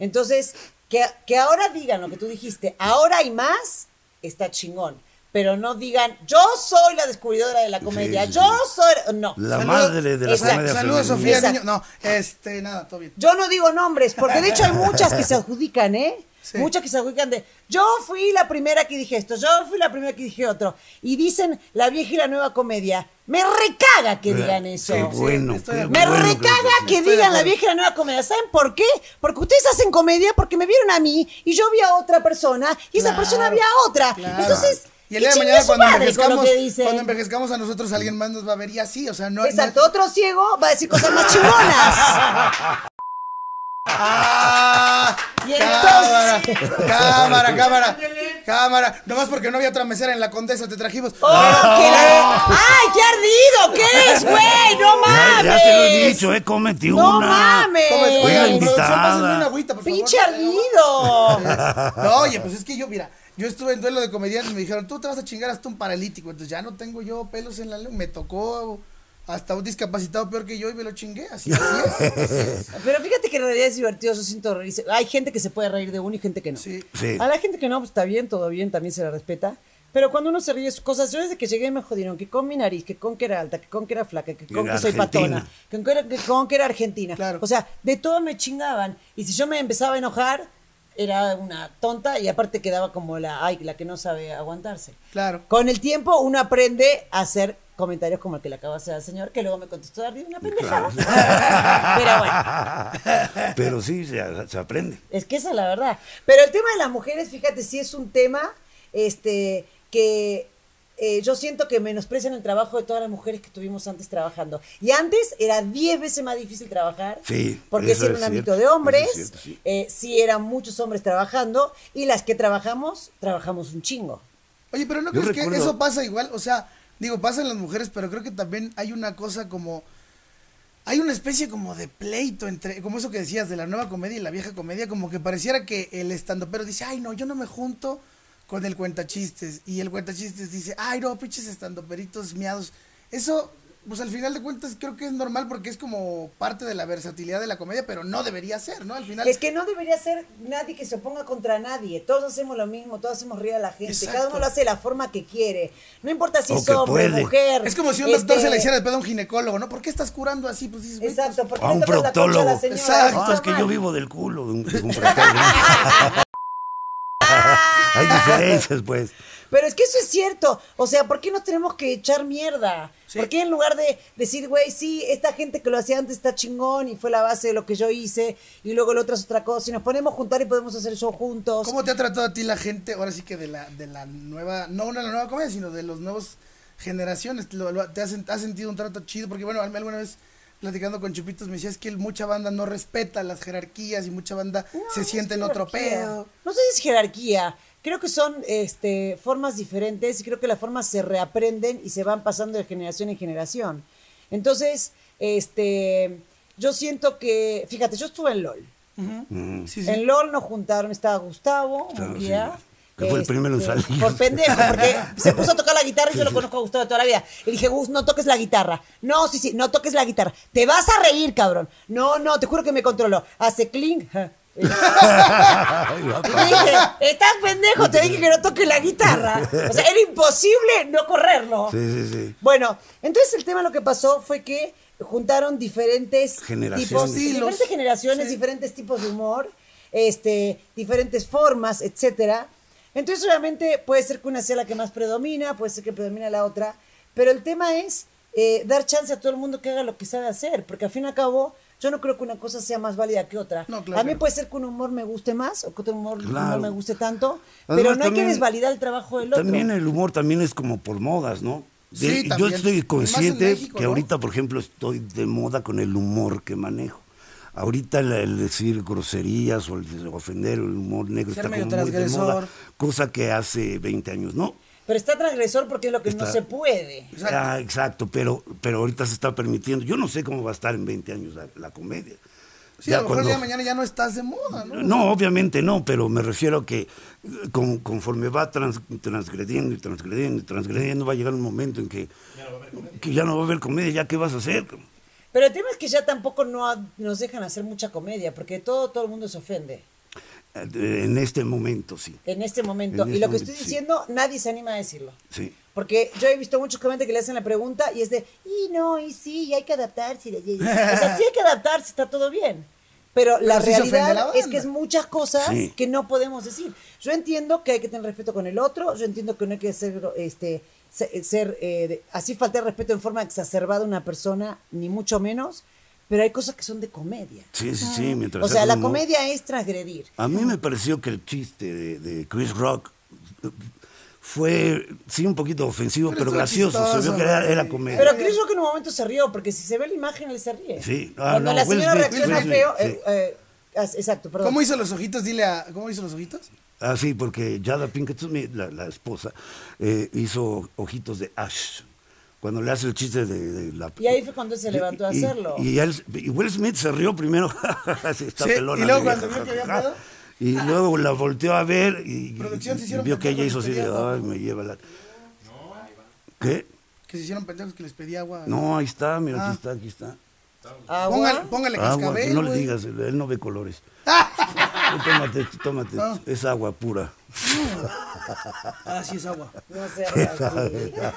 Speaker 2: Entonces, que, que ahora digan lo que tú dijiste, ahora hay más, está chingón. Pero no digan, yo soy la descubridora de la comedia,
Speaker 1: sí,
Speaker 2: yo soy... No.
Speaker 1: La
Speaker 3: Saludos-
Speaker 1: madre de la
Speaker 2: Exacto.
Speaker 1: comedia
Speaker 3: Saludos,
Speaker 1: femenina.
Speaker 3: Sofía.
Speaker 2: Exacto.
Speaker 3: niño- No, este, nada, todo bien.
Speaker 2: Yo no digo nombres, porque de hecho hay muchas que se adjudican, ¿eh?
Speaker 3: Sí.
Speaker 2: Muchas que se adjudican de, yo fui la primera que dije esto, yo fui la primera que dije otro. Y dicen la vieja y la nueva comedia. Me recaga que digan eso.
Speaker 1: Eh, Qué bueno.
Speaker 3: Sí, estoy
Speaker 1: qué
Speaker 3: de acuerdo.
Speaker 2: Me
Speaker 1: bueno
Speaker 2: recaga que
Speaker 3: Estoy de
Speaker 2: digan la
Speaker 3: acuerdo.
Speaker 2: vieja y la nueva comedia. ¿Saben por qué? Porque ustedes hacen comedia porque me vieron a mí y yo vi a otra persona y esa
Speaker 3: Claro,
Speaker 2: persona vi a otra.
Speaker 3: Claro.
Speaker 2: Entonces,
Speaker 3: y el día de
Speaker 2: chingue
Speaker 3: mañana
Speaker 2: su
Speaker 3: cuando
Speaker 2: madre con lo
Speaker 3: envejezcamos,
Speaker 2: que dicen.
Speaker 3: cuando envejezcamos a nosotros alguien más nos va a ver y así, o sea, no no-
Speaker 2: Exacto, otro ciego va a decir cosas más chingonas.
Speaker 3: Ah,
Speaker 2: Y
Speaker 3: cámara,
Speaker 2: entonces-
Speaker 3: cámara, cámara, cámara. Nomás porque no había otra mesera en la condesa, te trajimos.
Speaker 2: ¡Oh, que la- ¡Ay, qué ardido! ¿Qué eres, güey?
Speaker 1: Ya,
Speaker 2: ¡No mames!
Speaker 1: ya te lo he dicho, he cometido
Speaker 2: ¡No
Speaker 1: una.
Speaker 2: mames!
Speaker 3: ¿Cómo es? Oigan,
Speaker 1: Oigan,
Speaker 3: producción,
Speaker 1: invitada.
Speaker 3: pásenme una agüita, por favor.
Speaker 2: ¡Pinche ardido!
Speaker 3: No, oye, pues es que yo, mira, yo estuve en duelo de comediantes y me dijeron, tú te vas a chingar hasta un paralítico. Entonces ya no tengo yo pelos en la lengua. Me tocó hasta un discapacitado peor que yo y me lo chingué. Así, así es. así es.
Speaker 2: Pero fíjate que en realidad es divertido, yo siento reírse. Hay gente que se puede reír de uno y gente que no.
Speaker 3: Sí.
Speaker 1: Sí.
Speaker 2: A la gente que no, pues está bien, todo bien, también se la respeta. Pero cuando uno se ríe de sus cosas, yo desde que llegué me jodieron que con mi nariz, que con que era alta, que con que era flaca, que con
Speaker 1: Era
Speaker 2: que soy
Speaker 1: argentina.
Speaker 2: patona, que con que era, que con que era argentina.
Speaker 3: Claro.
Speaker 2: O sea, de todo me chingaban. Y si yo me empezaba a enojar, era una tonta y aparte quedaba como la, ay, la que no sabe aguantarse.
Speaker 3: Claro.
Speaker 2: Con el tiempo uno aprende a hacer comentarios como el que le acaba de hacer al señor, que luego me contestó de una pendejada. Pero bueno.
Speaker 1: Pero sí, se, se aprende.
Speaker 2: Es que esa es la verdad. Pero el tema de las mujeres, fíjate, sí es un tema este, que eh, yo siento que menosprecian el trabajo de todas las mujeres que estuvimos antes trabajando. Y antes era 10 veces más difícil trabajar.
Speaker 1: Sí,
Speaker 2: Porque
Speaker 1: eso
Speaker 2: si era
Speaker 1: es
Speaker 2: un ámbito
Speaker 1: cierto,
Speaker 2: de hombres,
Speaker 1: eso es cierto, sí.
Speaker 2: eh, sí eran muchos hombres trabajando. Y las que trabajamos, trabajamos un chingo.
Speaker 3: Oye, pero ¿no
Speaker 1: Yo
Speaker 3: crees que
Speaker 1: recuerdo-
Speaker 3: eso pasa igual? O sea, digo, pasa en las mujeres, pero creo que también hay una cosa como... hay una especie como de pleito entre, como eso que decías de la nueva comedia y la vieja comedia, como que pareciera que el estandopero dice, ay no, yo no me junto con el cuentachistes, y el cuentachistes dice, ay no, pinches estandoperitos miados. Eso, pues al final de cuentas creo que es normal porque es como parte de la versatilidad de la comedia, pero no debería ser, ¿no? Al final...
Speaker 2: Es que no debería ser nadie que se oponga contra nadie. Todos hacemos lo mismo, todos hacemos reír a la gente.
Speaker 3: Exacto.
Speaker 2: Cada uno lo hace de la forma que quiere. No importa si
Speaker 1: O
Speaker 2: es
Speaker 1: que
Speaker 2: hombre,
Speaker 1: puede.
Speaker 2: mujer.
Speaker 3: Es como si un doctor
Speaker 2: este,
Speaker 3: se le hiciera de pedo a un ginecólogo, ¿no? ¿Por qué estás curando así? Pues dices, güey, pues,
Speaker 2: Exacto, porque
Speaker 1: O a un proctólogo.
Speaker 3: Exacto.
Speaker 1: Ah, es que yo vivo del culo de un, de un proctólogo. Hay diferencias, pues.
Speaker 2: Pero es que eso es cierto. O sea, ¿por qué nos tenemos que echar mierda?
Speaker 3: Sí.
Speaker 2: ¿Por qué en lugar de decir, güey, sí, esta gente que lo hacía antes está chingón y fue la base de lo que yo hice y luego el otro es otra cosa y nos ponemos a juntar y podemos hacer show juntos?
Speaker 3: ¿Cómo te ha tratado a ti la gente, ahora sí que de la, de la nueva, no una de la nueva comedia, sino de los nuevos generaciones? Lo- lo- ¿Te has, sen- has sentido un trato chido? Porque bueno, a mí alguna vez platicando con Chupitos me decías que el- mucha banda no respeta las jerarquías y mucha banda
Speaker 2: No,
Speaker 3: se
Speaker 2: no
Speaker 3: siente
Speaker 2: es
Speaker 3: en otro
Speaker 2: jerarquía.
Speaker 3: pedo.
Speaker 2: No sé si es jerarquía. Creo que son este, formas diferentes y creo que las formas se reaprenden y se van pasando de generación en generación. Entonces, este, yo siento que, fíjate, yo estuve en LOL.
Speaker 3: Sí, sí.
Speaker 2: En LOL nos juntaron, estaba Gustavo,
Speaker 1: Claro,
Speaker 2: un día. este,
Speaker 1: sí. Que fue el primero en salir.
Speaker 2: Por pendejo, porque se puso a tocar la guitarra y yo lo conozco a Gustavo de toda la vida. Le dije, Gus, no toques la guitarra. No, sí, sí, no toques la guitarra. Te vas a reír, cabrón. No, no, te juro que me controló. Hace clink. Y le dije, estás pendejo, te dije que no toques la guitarra. O sea, era imposible no correrlo.
Speaker 1: Sí, sí, sí.
Speaker 2: Bueno, entonces el tema lo que pasó fue que juntaron diferentes
Speaker 1: Generaciones.
Speaker 2: tipos,
Speaker 3: Estilos.
Speaker 2: diferentes generaciones,
Speaker 3: Sí.
Speaker 2: diferentes tipos de humor, este, diferentes formas, etcétera. Entonces, obviamente, puede ser que una sea la que más predomina, puede ser que predomina la otra, pero el tema es eh, dar chance a todo el mundo que haga lo que sabe hacer, porque al fin y al cabo, yo no creo que una cosa sea más válida que otra.
Speaker 3: No, claro
Speaker 2: a mí
Speaker 3: que no.
Speaker 2: puede ser que un humor me guste más o que otro humor no
Speaker 1: Claro.
Speaker 2: me guste tanto,
Speaker 1: Además,
Speaker 2: pero no hay
Speaker 1: también-
Speaker 2: que desvalidar el trabajo del otro.
Speaker 1: También el humor también es como por modas, ¿no?
Speaker 3: Sí,
Speaker 1: De- yo
Speaker 3: también. Y más
Speaker 1: estoy
Speaker 3: en
Speaker 1: consciente
Speaker 3: México,
Speaker 1: que
Speaker 3: ¿no?
Speaker 1: ahorita, por ejemplo, estoy de moda con el humor que manejo. Ahorita el, el decir groserías o el ofender el humor negro
Speaker 3: Ser
Speaker 1: está
Speaker 3: medio
Speaker 1: como muy de
Speaker 3: transgresor.
Speaker 1: moda, cosa que hace 20 años no.
Speaker 2: Pero está transgresor porque es lo que no
Speaker 1: Está-
Speaker 2: se puede.
Speaker 3: Exacto.
Speaker 1: Ah, exacto, pero, pero ahorita se está permitiendo. Yo no sé cómo va a estar en 20 años la, la comedia.
Speaker 3: Sí, a lo mejor el día de mañana ya no estás de moda, ¿no?
Speaker 1: No, obviamente no, pero me refiero a que eh, con- conforme va trans- transgrediendo y transgrediendo y transgrediendo, va a llegar un momento en que que ya no va a haber comedia, ya qué vas a hacer.
Speaker 2: Pero el tema es que ya tampoco no ha- nos dejan hacer mucha comedia, porque todo, todo el mundo se ofende
Speaker 1: Eh, En este momento, sí.
Speaker 2: en este momento.
Speaker 1: En
Speaker 2: y
Speaker 1: este
Speaker 2: lo que
Speaker 1: momento,
Speaker 2: estoy
Speaker 1: sí.
Speaker 2: diciendo, nadie se anima a decirlo.
Speaker 1: sí.
Speaker 2: Porque yo he visto muchos comentarios que le hacen la pregunta y es de, y no, y sí, y hay que adaptarse. y- y- y". O sea, sí hay que adaptarse, está todo bien. Pero la
Speaker 3: Pero sí se ofende
Speaker 2: realidad
Speaker 3: la
Speaker 2: es
Speaker 3: banda.
Speaker 2: que es muchas cosas
Speaker 1: Sí.
Speaker 2: que no podemos decir. Yo entiendo que hay que tener respeto con el otro, yo entiendo que no hay que ser, este, se- ser eh, de- así faltar respeto en forma exacerbada a una persona, ni mucho menos, pero hay cosas que son de comedia.
Speaker 1: Sí, sí, sí, mientras
Speaker 2: O sea,
Speaker 1: haga
Speaker 2: la
Speaker 1: humor.
Speaker 2: comedia es transgredir.
Speaker 1: A mí me pareció que el chiste de, de Chris Rock eh, fue, sí, un poquito ofensivo,
Speaker 3: Pero
Speaker 1: pero,
Speaker 3: estuvo
Speaker 1: gracioso. se vio
Speaker 3: chistoso,
Speaker 1: que era,
Speaker 3: güey.
Speaker 1: era comedia.
Speaker 2: Pero Chris Rock en un momento se rió, porque si se ve la imagen, él se ríe.
Speaker 1: Sí. Ah,
Speaker 2: Cuando
Speaker 1: no,
Speaker 2: la
Speaker 1: Will
Speaker 2: señora
Speaker 1: Smith,
Speaker 2: reacciona
Speaker 1: Will Smith,
Speaker 2: feo,
Speaker 1: sí.
Speaker 2: eh, eh, as- exacto, perdón.
Speaker 3: ¿Cómo hizo los ojitos? Dile a. ¿Cómo hizo los ojitos?
Speaker 1: Ah, sí, porque Jada Pinkett Smith, la, la esposa, eh, hizo ojitos de Ash. Cuando le hace el chiste de, de la...
Speaker 2: Y ahí fue cuando él se levantó a
Speaker 1: y-
Speaker 2: hacerlo.
Speaker 1: Y, él- y Will Smith se rió primero. Sí, está
Speaker 3: Sí,
Speaker 1: pelona
Speaker 3: y luego
Speaker 1: mi
Speaker 3: cuando
Speaker 1: vieja,
Speaker 3: vio que había
Speaker 1: jajaja.
Speaker 3: pedo.
Speaker 1: Y luego la volteó a ver y,
Speaker 3: Producción se
Speaker 1: y
Speaker 3: hicieron
Speaker 1: vio que ella
Speaker 3: pendejos
Speaker 1: hizo
Speaker 3: y
Speaker 1: así de,
Speaker 3: pedían agua.
Speaker 1: ay, me lleva la... ¿Qué?
Speaker 3: Que se hicieron pendejos que les pedí agua.
Speaker 1: No, ahí está, mira,
Speaker 3: Ah.
Speaker 1: aquí está, aquí está.
Speaker 2: Agua.
Speaker 3: Póngale, póngale
Speaker 1: Agua,
Speaker 3: cascabel.
Speaker 1: no le
Speaker 3: güey.
Speaker 1: digas, él no ve colores. Tú tómate, tú tómate,
Speaker 3: Ah.
Speaker 1: es agua pura.
Speaker 3: Ah, sí, es agua.
Speaker 2: No sea así.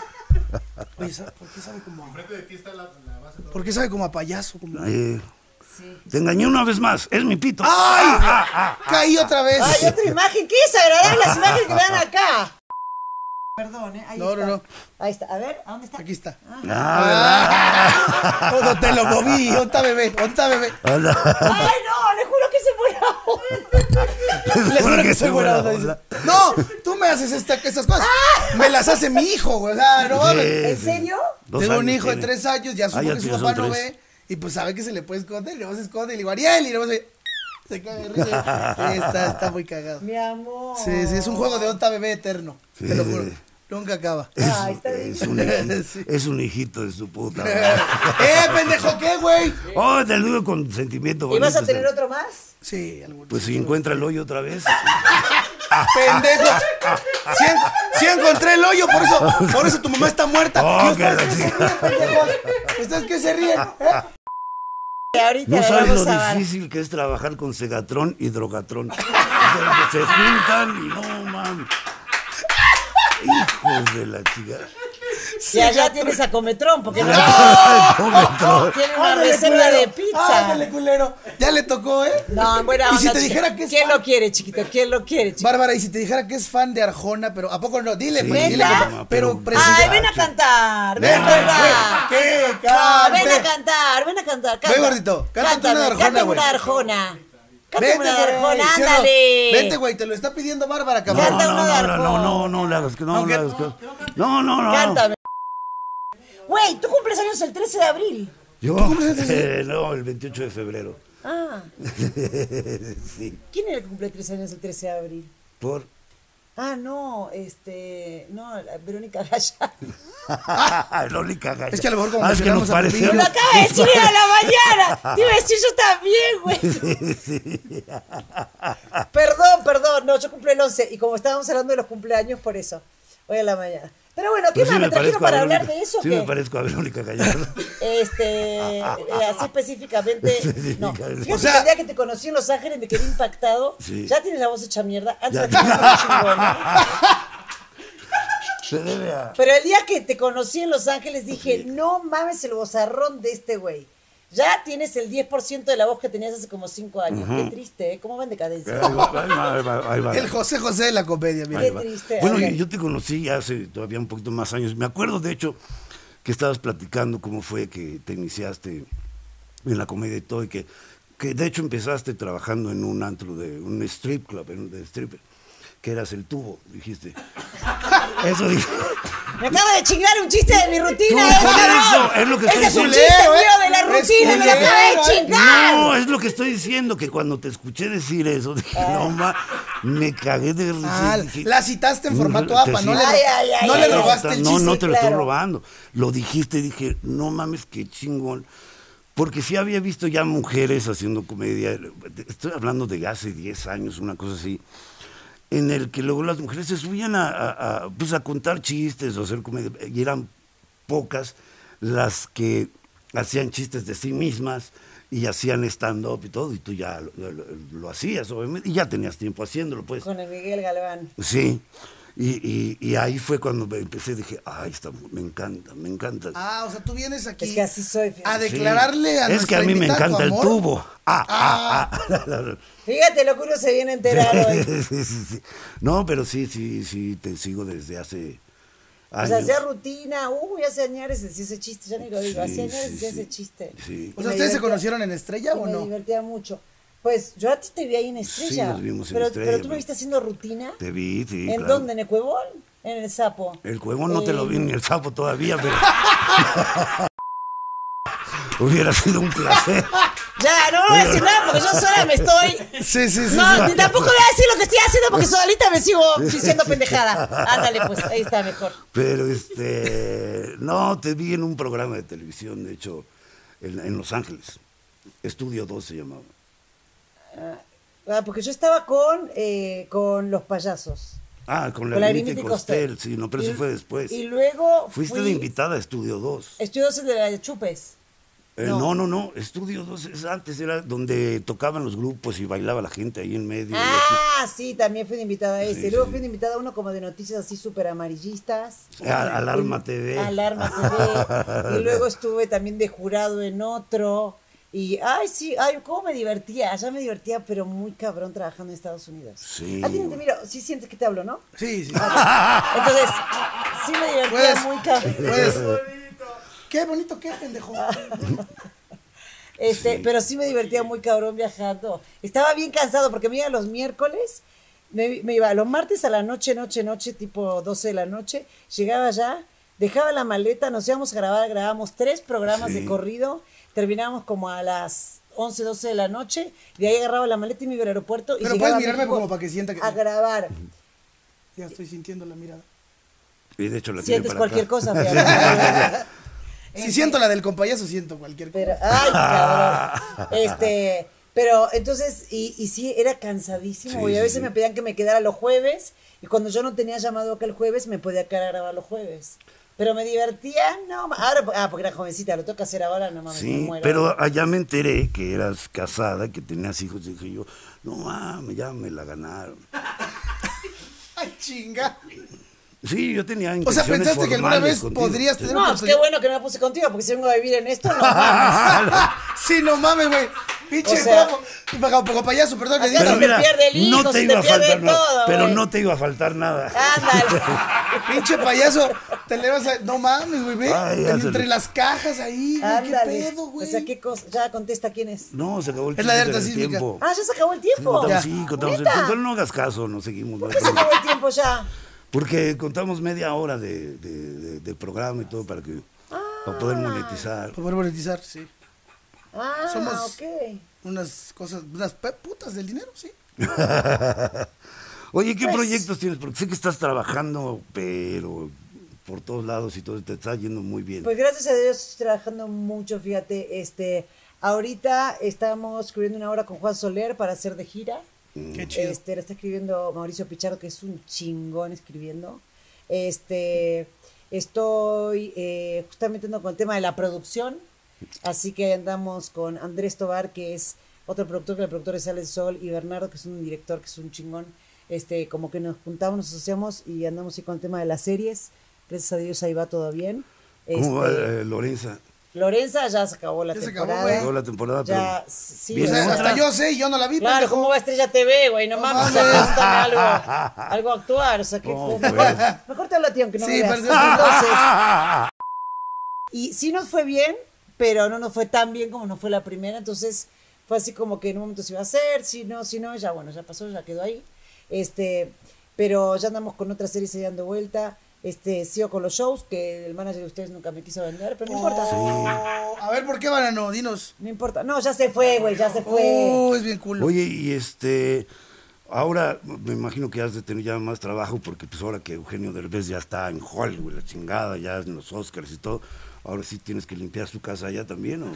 Speaker 3: Oye, ¿sabe- ¿por qué sabe como a... ¿Por qué sabe como a payaso? Como...
Speaker 1: Eh,
Speaker 2: Sí.
Speaker 1: Te engañé una vez más, es mi pito. Ah,
Speaker 3: ¡Ay! Caí otra vez.
Speaker 2: Hay otra imagen. ¡Qué desagradables las imágenes que me dan acá! Perdón, ¿eh? Ahí
Speaker 3: No, no,
Speaker 2: está.
Speaker 3: no.
Speaker 2: Ahí está. A ver, ¿a dónde está?
Speaker 3: Aquí está.
Speaker 1: Ah,
Speaker 3: Todo te lo moví. Onta bebé, onta bebé.
Speaker 1: ¿verdad? Hola.
Speaker 2: ¡Ay, no! ¡Le juro que se fue
Speaker 3: Les juro que soy buena onda.
Speaker 1: onda.
Speaker 3: dice. No, tú me haces esta, estas cosas. Me las hace mi hijo, güey. O sea, no mames.
Speaker 1: Ah. Sí,
Speaker 2: ¿En
Speaker 1: sí.
Speaker 2: serio?
Speaker 1: Dos
Speaker 3: Tengo un
Speaker 1: años
Speaker 3: hijo
Speaker 1: tiene.
Speaker 3: de tres años, ya
Speaker 1: Ah,
Speaker 3: supongo que su
Speaker 1: tiene,
Speaker 3: papá
Speaker 1: son
Speaker 3: no
Speaker 1: tres.
Speaker 3: ve. Y pues sabe que se le puede esconder. Le vamos a esconder. Y le digo, Ariel. Y le vamos a decir, Se cae de risa. Sí, está, está muy cagado.
Speaker 2: Mi amor.
Speaker 3: Sí, sí, es un juego de onta bebé eterno.
Speaker 1: Sí,
Speaker 3: te lo
Speaker 1: sí,
Speaker 3: juro.
Speaker 1: sí.
Speaker 3: Nunca acaba.
Speaker 1: Es,
Speaker 2: Ah, está bien.
Speaker 1: es un, hijito-
Speaker 3: Sí.
Speaker 1: es un hijito de su puta. madre.
Speaker 3: ¡Eh, pendejo, qué, güey!
Speaker 1: Oh, te lo digo con sentimiento.
Speaker 2: ¿Y vas
Speaker 1: bonito,
Speaker 2: a tener
Speaker 1: o sea,
Speaker 2: otro más?
Speaker 3: Sí, algún
Speaker 1: Pues si encuentra el hoyo otra vez.
Speaker 3: pendejo. Sí, en- sí encontré el hoyo, por eso, por eso tu mamá está muerta.
Speaker 1: Oh,
Speaker 3: ¿Y ustedes
Speaker 1: que la
Speaker 3: qué se
Speaker 1: chica.
Speaker 3: ríen, pendejos? ¿Ustedes qué se ríen? eh?
Speaker 2: Ahorita
Speaker 1: No
Speaker 2: le
Speaker 1: sabes
Speaker 2: vamos
Speaker 1: lo
Speaker 2: a dar.
Speaker 1: difícil que es trabajar con Segatrón y Drogatrón. O sea, que se juntan y no mames. Hijos de la chica.
Speaker 2: Y allá tienes a Cometrón, porque no-
Speaker 1: Drogatrón.
Speaker 2: tiene una
Speaker 3: Ándale,
Speaker 2: reserva de
Speaker 3: culero.
Speaker 2: pizza.
Speaker 3: Ándale, culero. Ya le tocó, ¿eh?
Speaker 2: No, en buena
Speaker 3: ¿Y si
Speaker 2: onda,
Speaker 3: te
Speaker 2: chiquito.
Speaker 3: dijera que es
Speaker 2: ¿Quién
Speaker 3: fan?
Speaker 2: lo quiere, chiquito? ¿Quién lo quiere, chiquito?
Speaker 3: Bárbara, y si te dijera que es fan de Arjona, pero ¿a poco no? Dile,
Speaker 1: Sí,
Speaker 3: pues, dile.
Speaker 2: ¿neta?
Speaker 3: que- pero
Speaker 1: Pero-
Speaker 3: presenta-
Speaker 2: Ay, ven a cantar, ven,
Speaker 3: Ven, ven,
Speaker 2: Bárbara.
Speaker 3: ven, que
Speaker 2: No, ven a
Speaker 3: cante.
Speaker 2: cantar, ven a cantar. Canta.
Speaker 3: Ven, gordito, cántate una de Arjona,
Speaker 2: cántame
Speaker 3: güey.
Speaker 2: una de Arjona. Cántame
Speaker 3: Vente,
Speaker 2: una de
Speaker 3: güey,
Speaker 2: Arjona,
Speaker 3: ¿sí o no?
Speaker 2: ándale.
Speaker 3: Vente, güey, te lo está pidiendo Bárbara,
Speaker 1: No,
Speaker 3: cabrón.
Speaker 2: Canta
Speaker 1: no,
Speaker 2: uno de
Speaker 1: no, no,
Speaker 2: Arjona.
Speaker 1: no, no, no le hagas que no, no
Speaker 3: Aunque-
Speaker 1: le hagas que no. No, no, no.
Speaker 2: Cántame. Güey, tú cumples años el 13 de abril.
Speaker 1: Yo,
Speaker 3: cumples ese-
Speaker 1: eh, no, el 28 de febrero.
Speaker 2: Ah,
Speaker 1: sí,
Speaker 2: ¿quién era el que cumple 13 años el 13 de abril?
Speaker 1: por.
Speaker 2: Ah, no, este, no, la Verónica Gaya.
Speaker 1: Loli Cagaya.
Speaker 3: Es que a lo mejor como
Speaker 1: Ah, es que nos
Speaker 3: mencionamos a
Speaker 1: parecemos.
Speaker 2: Lo acaba de decir a la mañana. Te iba a decir yo también, güey.
Speaker 1: Pues
Speaker 2: Perdón, perdón. No, yo cumplí el 11. Y como estábamos hablando de los cumpleaños, por eso. Hoy a la mañana. Pero bueno, ¿qué
Speaker 1: Pero sí
Speaker 2: más me trajeron
Speaker 1: parezco a
Speaker 2: para hablar
Speaker 1: Verónica-
Speaker 2: de eso? o
Speaker 1: Sí,
Speaker 2: qué?
Speaker 1: me parezco a Verónica Gallardo.
Speaker 2: Este, eh, así específicamente, no. Fíjate
Speaker 1: O
Speaker 3: sea-
Speaker 2: que el día que te conocí en Los Ángeles me quedé impactado.
Speaker 1: Sí.
Speaker 2: Ya tienes la voz hecha mierda. Antes
Speaker 1: Ya.
Speaker 2: la tenías más chingona.
Speaker 1: Se debe a.
Speaker 2: Pero el día que te conocí en Los Ángeles dije, no mames el bozarrón de este güey. Ya tienes el 10% de la voz que tenías hace como 5 años. Qué triste, ¿eh? ¿Cómo van de
Speaker 1: Ahí
Speaker 2: cadencia?
Speaker 1: va, ahí va, ahí va, ahí va.
Speaker 3: El José José de la comedia, mira.
Speaker 2: Qué
Speaker 1: Ahí va.
Speaker 2: triste.
Speaker 1: Bueno,
Speaker 2: ok.
Speaker 1: yo, yo te conocí ya hace todavía un poquito más años. Me acuerdo, de hecho, que estabas platicando cómo fue que te iniciaste en la comedia y todo, y que, que de hecho empezaste trabajando en un antro de un strip club, en un de stripper, que eras el tubo, dijiste. Eso dije.
Speaker 2: Me acaba de chingar un chiste de mi rutina.
Speaker 1: No,
Speaker 2: ¿eh,
Speaker 1: por
Speaker 2: cabrón?
Speaker 1: eso, es lo que
Speaker 2: Ese
Speaker 1: estoy
Speaker 2: es un
Speaker 1: diciendo.
Speaker 2: chiste mío
Speaker 3: Culero,
Speaker 2: de la
Speaker 3: ¿eh?
Speaker 2: rutina,
Speaker 3: Es
Speaker 2: me lo acaba de
Speaker 3: culero, ¿eh?
Speaker 2: chingar.
Speaker 1: No, es lo que estoy diciendo, que cuando te escuché decir eso, dije, no, ma, me cagué de risa.
Speaker 3: Ah,
Speaker 1: Dije,
Speaker 3: la citaste en
Speaker 1: no,
Speaker 3: formato
Speaker 1: te
Speaker 3: APA, no
Speaker 1: cito.
Speaker 3: le,
Speaker 2: Ay, ay, ay,
Speaker 3: no
Speaker 2: ay,
Speaker 3: le
Speaker 2: ay.
Speaker 3: robaste el
Speaker 1: No,
Speaker 3: chiste.
Speaker 1: no te lo estoy
Speaker 2: claro.
Speaker 1: robando. Lo dijiste y dije, no mames, qué chingón. Porque sí había visto ya mujeres haciendo comedia, estoy hablando de hace 10 años, una cosa así, en el que luego las mujeres se subían a, a- a, pues, a contar chistes o hacer comedia, y eran pocas las que hacían chistes de sí mismas y hacían stand-up y todo, y tú ya lo, lo- lo hacías, obviamente, y ya tenías tiempo haciéndolo, pues.
Speaker 2: Con el Miguel Galván.
Speaker 1: Sí. Y, y- y ahí fue cuando me empecé, dije, ay, está, mu- me encanta, me encanta.
Speaker 3: Ah, o sea, tú vienes aquí
Speaker 2: Es que así soy. fíjate.
Speaker 3: a
Speaker 1: Sí.
Speaker 3: declararle a
Speaker 1: Es que
Speaker 3: nuestra
Speaker 1: a mí me
Speaker 3: invitada tu
Speaker 1: encanta el
Speaker 3: amor.
Speaker 1: tubo. Ah, ah, ah.
Speaker 2: Fíjate lo que uno se viene a enterar hoy.
Speaker 1: Sí, sí, sí. No, pero sí, sí, sí, te sigo desde hace
Speaker 2: O
Speaker 3: Pues
Speaker 1: años.
Speaker 2: sea, hacía rutina. Uy, hace añares decía ese chiste. Ya ni lo digo. Hace añares decía ese chiste.
Speaker 1: Sí.
Speaker 3: O
Speaker 2: Me
Speaker 3: sea, ¿ustedes se
Speaker 2: divertía.
Speaker 3: conocieron en Estrella
Speaker 2: Y
Speaker 3: o
Speaker 2: Me
Speaker 3: no?
Speaker 2: divertía mucho. Pues yo a ti te vi ahí en Estrella.
Speaker 1: Sí, nos vimos en
Speaker 2: pero,
Speaker 1: Estrella,
Speaker 2: Pero tú me
Speaker 1: pero-
Speaker 2: viste haciendo rutina.
Speaker 1: Te vi, sí.
Speaker 2: ¿En
Speaker 1: claro.
Speaker 2: dónde? ¿En el cuevón? En el sapo.
Speaker 1: El cuevo no te lo
Speaker 2: Eh,
Speaker 1: vi ni el sapo todavía, pero. Hubiera sido un placer.
Speaker 2: ¡ah! Ya, no voy a decir nada porque yo sola me estoy.
Speaker 3: Sí, sí, sí.
Speaker 2: No,
Speaker 3: sí.
Speaker 2: ni tampoco voy a decir lo que estoy haciendo porque solita me sigo diciendo pendejada. Ándale, pues, ahí está mejor.
Speaker 1: Pero este, no, te vi en un programa de televisión, de hecho, en, en Los Ángeles. Estudio 2 se llamaba.
Speaker 2: Ah, porque yo estaba con, eh, con los payasos.
Speaker 1: Ah, con la
Speaker 2: con la
Speaker 1: Arenita y
Speaker 2: Grimita y
Speaker 1: Costel.
Speaker 2: Costel.
Speaker 1: Sí, no, pero eso
Speaker 2: Y-
Speaker 1: fue después.
Speaker 2: Y luego.
Speaker 1: Fuiste
Speaker 2: fui-
Speaker 1: de invitada a Estudio 2.
Speaker 2: Estudiosos de la de Chupes.
Speaker 1: Eh,
Speaker 2: no.
Speaker 1: no. no, no, Estudio 2 es antes, era donde tocaban los grupos y bailaba la gente ahí en medio. y así.
Speaker 2: Ah, sí, también fui de invitada a ese.
Speaker 1: Sí,
Speaker 2: Luego
Speaker 1: sí.
Speaker 2: fui de invitada a uno como de noticias así súper amarillistas.
Speaker 1: A- Alarma TV.
Speaker 2: Alarma TV. y luego estuve también de jurado en otro. Y, ay, sí, ay, cómo me divertía. Allá me divertía, pero muy cabrón trabajando en Estados Unidos.
Speaker 1: Sí.
Speaker 2: A ti no te miro, sí sientes que te hablo, ¿no?
Speaker 3: Sí, sí.
Speaker 2: Entonces, sí me divertía
Speaker 3: Puedes,
Speaker 1: Pues,
Speaker 2: muy cabrón.
Speaker 3: puedes. Qué bonito, qué pendejo.
Speaker 2: Este, Pero sí me divertía muy cabrón viajando. Estaba bien cansado porque me iba los miércoles, me, me iba los martes a la noche, noche, noche, tipo 12 de la noche. Llegaba ya, dejaba la maleta, nos íbamos a grabar, grabamos tres programas de
Speaker 1: Sí.
Speaker 2: corrido, terminábamos como a las 11, 12 de la noche, de ahí agarraba la maleta y me iba al aeropuerto. y
Speaker 3: Pero
Speaker 2: llegaba
Speaker 3: puedes
Speaker 2: a
Speaker 3: mirarme
Speaker 2: México
Speaker 3: como para que sienta que-
Speaker 2: A grabar.
Speaker 3: Ya estoy sintiendo la mirada.
Speaker 1: Y de hecho la tiene
Speaker 2: Sientes
Speaker 1: para
Speaker 2: cualquier
Speaker 1: acá.
Speaker 2: cosa, pero-
Speaker 1: Eh,
Speaker 3: Si siento la del compayazo, siento cualquier cosa.
Speaker 2: Pero, ay, cabrón. Este, pero entonces, y, y sí, era cansadísimo,
Speaker 1: Sí,
Speaker 2: güey. a
Speaker 1: sí,
Speaker 2: veces
Speaker 1: sí.
Speaker 2: me pedían que me quedara los jueves, y cuando yo no tenía llamado acá el jueves, me podía quedar a grabar los jueves. Pero me divertía, no, ma- ahora, ah, porque era jovencita, lo toca hacer ahora, no mames, me
Speaker 1: Sí,
Speaker 2: muero.
Speaker 1: pero allá me enteré que eras casada, que tenías hijos, y dije yo, no mames, ya me la ganaron.
Speaker 3: Ay, chinga.
Speaker 1: Sí, yo tenía
Speaker 3: O sea,
Speaker 1: intenciones
Speaker 3: ¿pensaste que alguna
Speaker 1: formales
Speaker 3: vez
Speaker 1: contigo.
Speaker 3: podrías
Speaker 1: Sí.
Speaker 3: tener-
Speaker 2: No, pues qué bueno que no me puse contigo, porque si vengo a vivir en esto, no
Speaker 1: Ah,
Speaker 2: mames.
Speaker 3: Sí, no mames, güey. Pinche
Speaker 2: O sea-
Speaker 3: trapo. Paga- paga payaso, perdón que
Speaker 2: Acá
Speaker 3: diga.
Speaker 1: Pero
Speaker 2: se te
Speaker 1: mira,
Speaker 2: pierde el hijo,
Speaker 1: no te
Speaker 2: se
Speaker 1: iba
Speaker 2: te
Speaker 1: a
Speaker 2: pierde
Speaker 1: faltar, no,
Speaker 2: todo,
Speaker 1: pero
Speaker 2: güey.
Speaker 1: no te iba a faltar nada.
Speaker 2: Ándale.
Speaker 3: Pinche payaso. Te le vas a. No mames, güey. ve,
Speaker 1: Ay,
Speaker 3: en-
Speaker 1: hazle.
Speaker 3: Entre las cajas ahí. güey, ¿Qué
Speaker 2: Ándale.
Speaker 3: pedo, güey?
Speaker 2: O sea, qué cosa. Ya contesta quién es.
Speaker 1: No, se acabó el
Speaker 3: Es la de
Speaker 1: chiste
Speaker 3: alerta
Speaker 1: del
Speaker 3: sísmica.
Speaker 1: tiempo.
Speaker 2: Ah, ya se acabó el
Speaker 1: Sí,
Speaker 2: tiempo.
Speaker 1: contamos, sí, contamos el
Speaker 2: ¿Neta?
Speaker 1: tiempo. No hagas caso, no seguimos. no
Speaker 2: ¿Por qué se
Speaker 1: seguimos.
Speaker 2: acabó el tiempo ya?
Speaker 1: Porque contamos media hora de, de- de- de programa y todo para que para poder monetizar.
Speaker 3: Para poder monetizar, sí.
Speaker 2: Ah,
Speaker 3: Somos-
Speaker 2: ok.
Speaker 3: Unas cosas. Unas pe- putas del dinero, sí.
Speaker 1: Oye, ¿qué
Speaker 2: Pues-
Speaker 1: proyectos tienes? Porque sé que estás trabajando, pero por todos lados y todo, te está yendo muy bien.
Speaker 2: Pues gracias a Dios estoy trabajando mucho, fíjate, este, ahorita estamos escribiendo una obra con Juan Soler para hacer de gira.
Speaker 1: Mm.
Speaker 3: Qué chido.
Speaker 2: Este, la está escribiendo Mauricio Pichardo, que es un chingón escribiendo. Este, estoy eh, justamente andando con el tema de la producción, así que andamos con Andrés Tobar, que es otro productor, que el productor es Sale el Sol, y Bernardo, que es un director, que es un chingón. Este, como que nos juntamos, nos asociamos y andamos ahí con el tema de las series. Gracias a Dios ahí va todo bien.
Speaker 1: ¿Cómo va,
Speaker 2: Este,
Speaker 1: eh, Lorenza?
Speaker 2: Lorenza ya se acabó la
Speaker 3: Ya se acabó,
Speaker 2: temporada.
Speaker 3: güey.
Speaker 1: Llegó la temporada,
Speaker 2: Ya,
Speaker 1: pero
Speaker 2: sí,
Speaker 3: O
Speaker 1: viene
Speaker 2: ¿verdad?
Speaker 3: sea,
Speaker 1: otra.
Speaker 3: hasta yo sé y yo no la vi.
Speaker 2: Claro,
Speaker 3: pendejo.
Speaker 2: ¿cómo va Estrella TV, güey? No mames, o sea,
Speaker 3: mames.
Speaker 2: pregúntame algo, algo actuar, o sea, que...
Speaker 1: No, pues.
Speaker 2: Mejor te hablo a ti, aunque no
Speaker 3: Sí,
Speaker 2: me veas.
Speaker 3: parece-
Speaker 2: Entonces, y sí nos fue bien, pero no nos fue tan bien como nos fue la primera, entonces fue así como que en un momento se iba a hacer, si no, si no, ya bueno, ya pasó, ya quedó ahí. Este, pero ya andamos con otra serie ahí dando vuelta, este, sigo con los shows, que el manager de ustedes nunca me quiso vender, pero no importa.
Speaker 3: Oh, A ver, ¿por qué banano? Dinos.
Speaker 2: No importa. No, ya se fue, güey, ya se fue.
Speaker 3: Oh, es bien culo.
Speaker 1: Oye, y este, ahora me imagino que has de tener ya más trabajo, porque pues ahora que Eugenio Derbez ya está en Hollywood, la chingada, ya en los Oscars y todo, ahora sí tienes que limpiar su casa allá también, ¿o?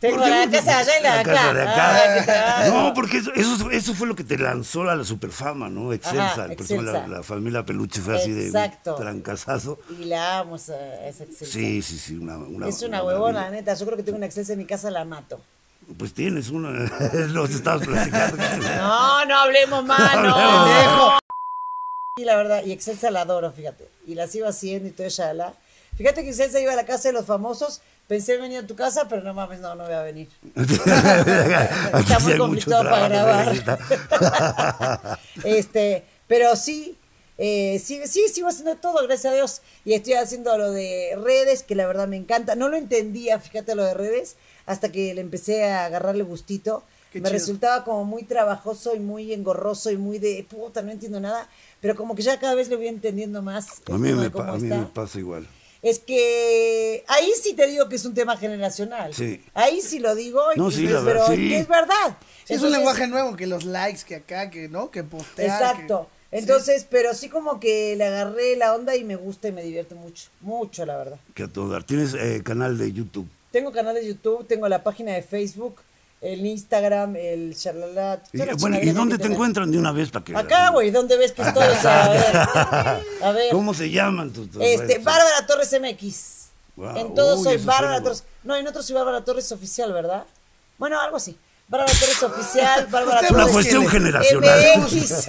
Speaker 2: Tengo
Speaker 1: Porque
Speaker 2: la
Speaker 1: uno-
Speaker 2: casa allá y la,
Speaker 1: la
Speaker 2: acá.
Speaker 1: casa de
Speaker 2: Ah, ¿qué
Speaker 1: acá.
Speaker 2: tal?
Speaker 1: no, porque eso, eso, eso fue lo que te lanzó a la superfama, ¿no? Excelsa. por eso
Speaker 2: Excelsa.
Speaker 1: La, la familia Peluche fue así de
Speaker 2: Exacto.
Speaker 1: un trancazazo.
Speaker 2: Y la amo, esa esa Excelsa.
Speaker 1: Sí, sí, sí, una, una
Speaker 2: es una
Speaker 1: maravilla.
Speaker 2: huevona, la neta. Yo creo que tengo una Excelsa en mi casa, la mato.
Speaker 1: Pues tienes una, los estabas platicando.
Speaker 2: No, no hablemos mal,
Speaker 1: Pendejo.
Speaker 2: no. Y la verdad, y Excelsa la adoro, fíjate. Y la sigo haciendo y todo ella la. Fíjate que Excelsa iba a la casa de los famosos. Pensé venir a tu casa, pero no mames, no, no voy a venir.
Speaker 1: Aquí
Speaker 2: Está
Speaker 1: sí
Speaker 2: muy
Speaker 1: hay mucho
Speaker 2: complicado para
Speaker 1: trabajo,
Speaker 2: grabar.
Speaker 1: Teresita.
Speaker 2: este, pero sí, eh, sí, sí, sigo haciendo todo, gracias a Dios. Y estoy haciendo lo de redes, que la verdad me encanta. No lo entendía, fíjate lo de redes, hasta que le empecé a agarrarle gustito.
Speaker 3: Qué
Speaker 2: me
Speaker 3: chido.
Speaker 2: resultaba como muy trabajoso y muy engorroso y muy de puta, no entiendo nada. Pero como que ya cada vez lo voy entendiendo más. el
Speaker 1: A mí,
Speaker 2: tema
Speaker 1: me,
Speaker 2: de
Speaker 1: pa-
Speaker 2: cómo
Speaker 1: a mí
Speaker 2: está.
Speaker 1: me pasa igual.
Speaker 2: Es que ahí sí te digo que es un tema generacional.
Speaker 1: Sí.
Speaker 2: Ahí sí lo digo, y-
Speaker 1: No, sí, la
Speaker 2: pero
Speaker 1: verdad, sí.
Speaker 2: que es verdad.
Speaker 3: Sí, es un
Speaker 2: Entonces-
Speaker 3: lenguaje nuevo que los likes, que acá, que no, que postear.
Speaker 2: Exacto.
Speaker 3: que-
Speaker 2: Entonces, pero sí como que le agarré la onda y me gusta y me divierte mucho, mucho la verdad.
Speaker 1: Que a todo dar. Tienes eh, canal de YouTube.
Speaker 2: Tengo canal de YouTube, tengo la página de Facebook, el Instagram, el charlalat.
Speaker 1: Y,
Speaker 2: toda la
Speaker 1: bueno, ¿y
Speaker 2: chingadera
Speaker 1: dónde
Speaker 2: que
Speaker 1: te encuentran de una vez para que
Speaker 2: Acá, güey, ¿dónde ves que estoy? O sea, a ver. A ver.
Speaker 1: ¿Cómo se llaman tus tus
Speaker 2: Este,
Speaker 1: redes?
Speaker 2: Bárbara Torres MX.
Speaker 1: Wow,
Speaker 2: en todos
Speaker 1: uy,
Speaker 2: soy
Speaker 1: eso
Speaker 2: Bárbara
Speaker 1: suena
Speaker 2: Torres. No, en otros soy Bárbara Torres oficial, ¿verdad? Bueno, algo así. Bárbara Torres oficial, Bárbara
Speaker 3: Usted
Speaker 1: Una
Speaker 2: Torres.
Speaker 1: cuestión
Speaker 3: Búsquele.
Speaker 1: generacional.
Speaker 2: MX.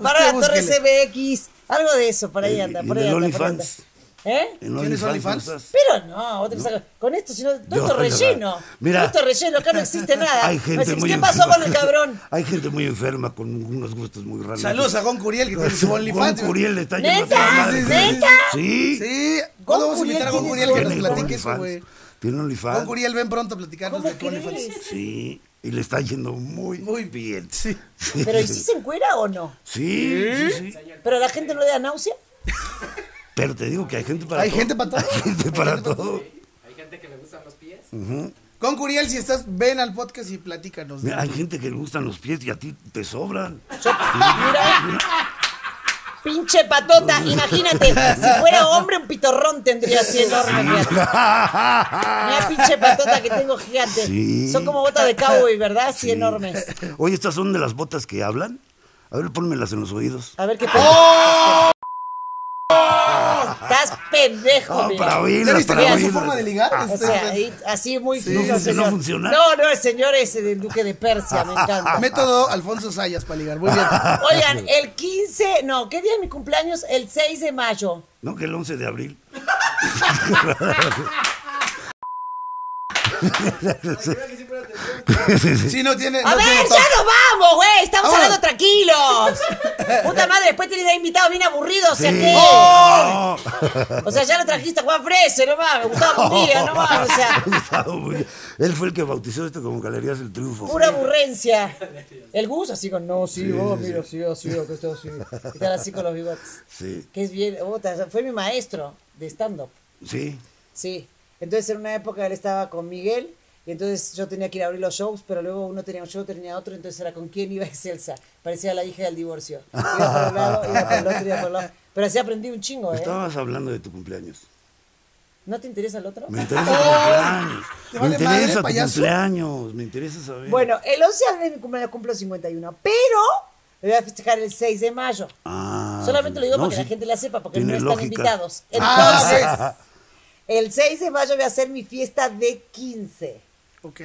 Speaker 2: Bárbara Torres MX. Algo de eso, por ahí
Speaker 1: Eh,
Speaker 2: anda,
Speaker 1: y
Speaker 2: por
Speaker 1: en
Speaker 2: ahí
Speaker 1: el
Speaker 2: anda. por ahí anda.
Speaker 1: OnlyFans.
Speaker 2: ¿Eh?
Speaker 1: En
Speaker 3: ¿Tienes OnlyFans?
Speaker 1: no estás?
Speaker 2: Pero no, otra cosa, con esto, sino todo
Speaker 1: Yo,
Speaker 2: esto
Speaker 1: la
Speaker 2: relleno.
Speaker 1: verdad. Mira.
Speaker 2: Todo esto relleno, acá no existe nada.
Speaker 1: Hay
Speaker 2: Me
Speaker 1: gente
Speaker 2: decís,
Speaker 1: muy
Speaker 2: ¿Qué pasó
Speaker 1: enferma.
Speaker 2: con el cabrón?
Speaker 1: Hay gente muy enferma con unos gustos muy raros.
Speaker 3: Saludos a Gon Curiel, que tiene su OnlyFans.
Speaker 1: Con Curiel le está yendo a
Speaker 2: ¿Neta?
Speaker 1: toda madre.
Speaker 3: Sí, sí, sí,
Speaker 2: ¿Neta?
Speaker 1: Sí.
Speaker 3: Sí, ¿cuándo vamos a invitar a Gon
Speaker 2: Curiel
Speaker 3: Curiel que nos
Speaker 1: Tiene
Speaker 3: platique eso,
Speaker 1: OnlyFans.
Speaker 3: güey?
Speaker 1: Tiene
Speaker 3: Gon
Speaker 1: OnlyFans.
Speaker 3: Curiel, ven pronto a platicarnos
Speaker 2: ¿Cómo
Speaker 3: de tu OnlyFans.
Speaker 2: crees?
Speaker 1: Sí. Y le está yendo muy,
Speaker 3: Muy
Speaker 1: bien.
Speaker 3: Sí. ¿Eh?
Speaker 1: Sí.
Speaker 2: ¿Pero y si se encuera o no?
Speaker 1: Sí, sí, sí.
Speaker 2: ¿Pero a la gente no le da náusea?
Speaker 1: Pero te digo que hay gente para
Speaker 3: Hay
Speaker 1: todo.
Speaker 3: gente para todo.
Speaker 1: Hay gente para todo.
Speaker 5: Hay gente que le gustan los pies.
Speaker 3: Con Curiel, si estás, ven al podcast y platícanos.
Speaker 1: Pues Mira, hay gente que le gustan los pies y a ti te sobran.
Speaker 2: Mira. Pinche patota, imagínate, si fuera hombre un pitorrón tendría así enorme. Ah, Mira, Mira, pinche patota que tengo gigante.
Speaker 1: Sí.
Speaker 2: Son como botas de cowboy, ¿verdad? Así enormes.
Speaker 1: Oye, ¿estas son de las botas que hablan? A ver, pónmelas en los oídos.
Speaker 2: A ver qué pasa.
Speaker 1: ¡Oh!
Speaker 2: Estás pendejo,
Speaker 1: Ah,
Speaker 2: mira.
Speaker 1: para oírlas,
Speaker 3: ¿Ya viste
Speaker 1: para
Speaker 3: cómo es su
Speaker 1: oírlas.
Speaker 3: forma de ligar?
Speaker 2: O
Speaker 3: Este,
Speaker 2: sea, ahí, así muy
Speaker 1: no
Speaker 2: fino,
Speaker 1: func-
Speaker 2: señor.
Speaker 1: no funciona.
Speaker 2: No, no, el señor es del duque de Persia, me encanta.
Speaker 3: Método Alfonso Sayas para ligar. Muy bien.
Speaker 2: Oigan, el 15, no, ¿qué día es mi cumpleaños? El 6 de mayo.
Speaker 1: No, que el 11 de abril.
Speaker 3: Sí, no tiene.
Speaker 2: A
Speaker 3: no
Speaker 2: ver,
Speaker 3: tiene
Speaker 2: ya
Speaker 3: top.
Speaker 2: nos vamos, güey. Estamos
Speaker 3: Ahora.
Speaker 2: hablando tranquilos. Puta madre, después tenés invitados bien aburridos. O sea,
Speaker 1: Sí. Oh.
Speaker 2: ¿qué?
Speaker 1: No.
Speaker 2: O sea, ya lo trajiste a Juan Frese, no mames. Gustavo Mundía, no mames. O sea,
Speaker 1: Gustavo Murillo. Él fue el que bautizó esto como Galerías del Triunfo.
Speaker 2: pura aburrencia. El Gus así con, no, sí, oh, mira, sí, así, oh, que esto así. Y tal así con los bigotes.
Speaker 1: Sí,
Speaker 2: Que es bien, puta, fue mi maestro de stand-up.
Speaker 1: sí.
Speaker 2: Sí. Entonces en una época él estaba con Miguel y entonces yo tenía que ir a abrir los shows, pero luego uno tenía un show, tenía otro, entonces era con quién iba Excelsa. Parecía la hija del divorcio. Iba por un lado, iba por el otro, iba por el lado. Pero así aprendí un chingo, ¿eh?
Speaker 1: Estabas hablando de tu cumpleaños.
Speaker 2: ¿No te interesa el otro?
Speaker 1: Me interesa tu cumpleaños.
Speaker 3: ¿Te
Speaker 1: Me
Speaker 3: vale madre,
Speaker 1: interesa tu
Speaker 3: payaso?
Speaker 1: cumpleaños. Me interesa saber.
Speaker 2: Bueno, el 11 de abril de mi cumpleaños cumplo 51, pero le voy a festejar el 6 de mayo.
Speaker 1: Ah,
Speaker 2: Solamente lo digo
Speaker 1: no,
Speaker 2: para que
Speaker 1: sí.
Speaker 2: la gente la sepa, porque
Speaker 1: Tiene
Speaker 2: no están
Speaker 1: lógica.
Speaker 2: invitados. Entonces,
Speaker 3: Ah,
Speaker 2: el 6 de mayo voy a hacer mi fiesta de 15.
Speaker 3: ok.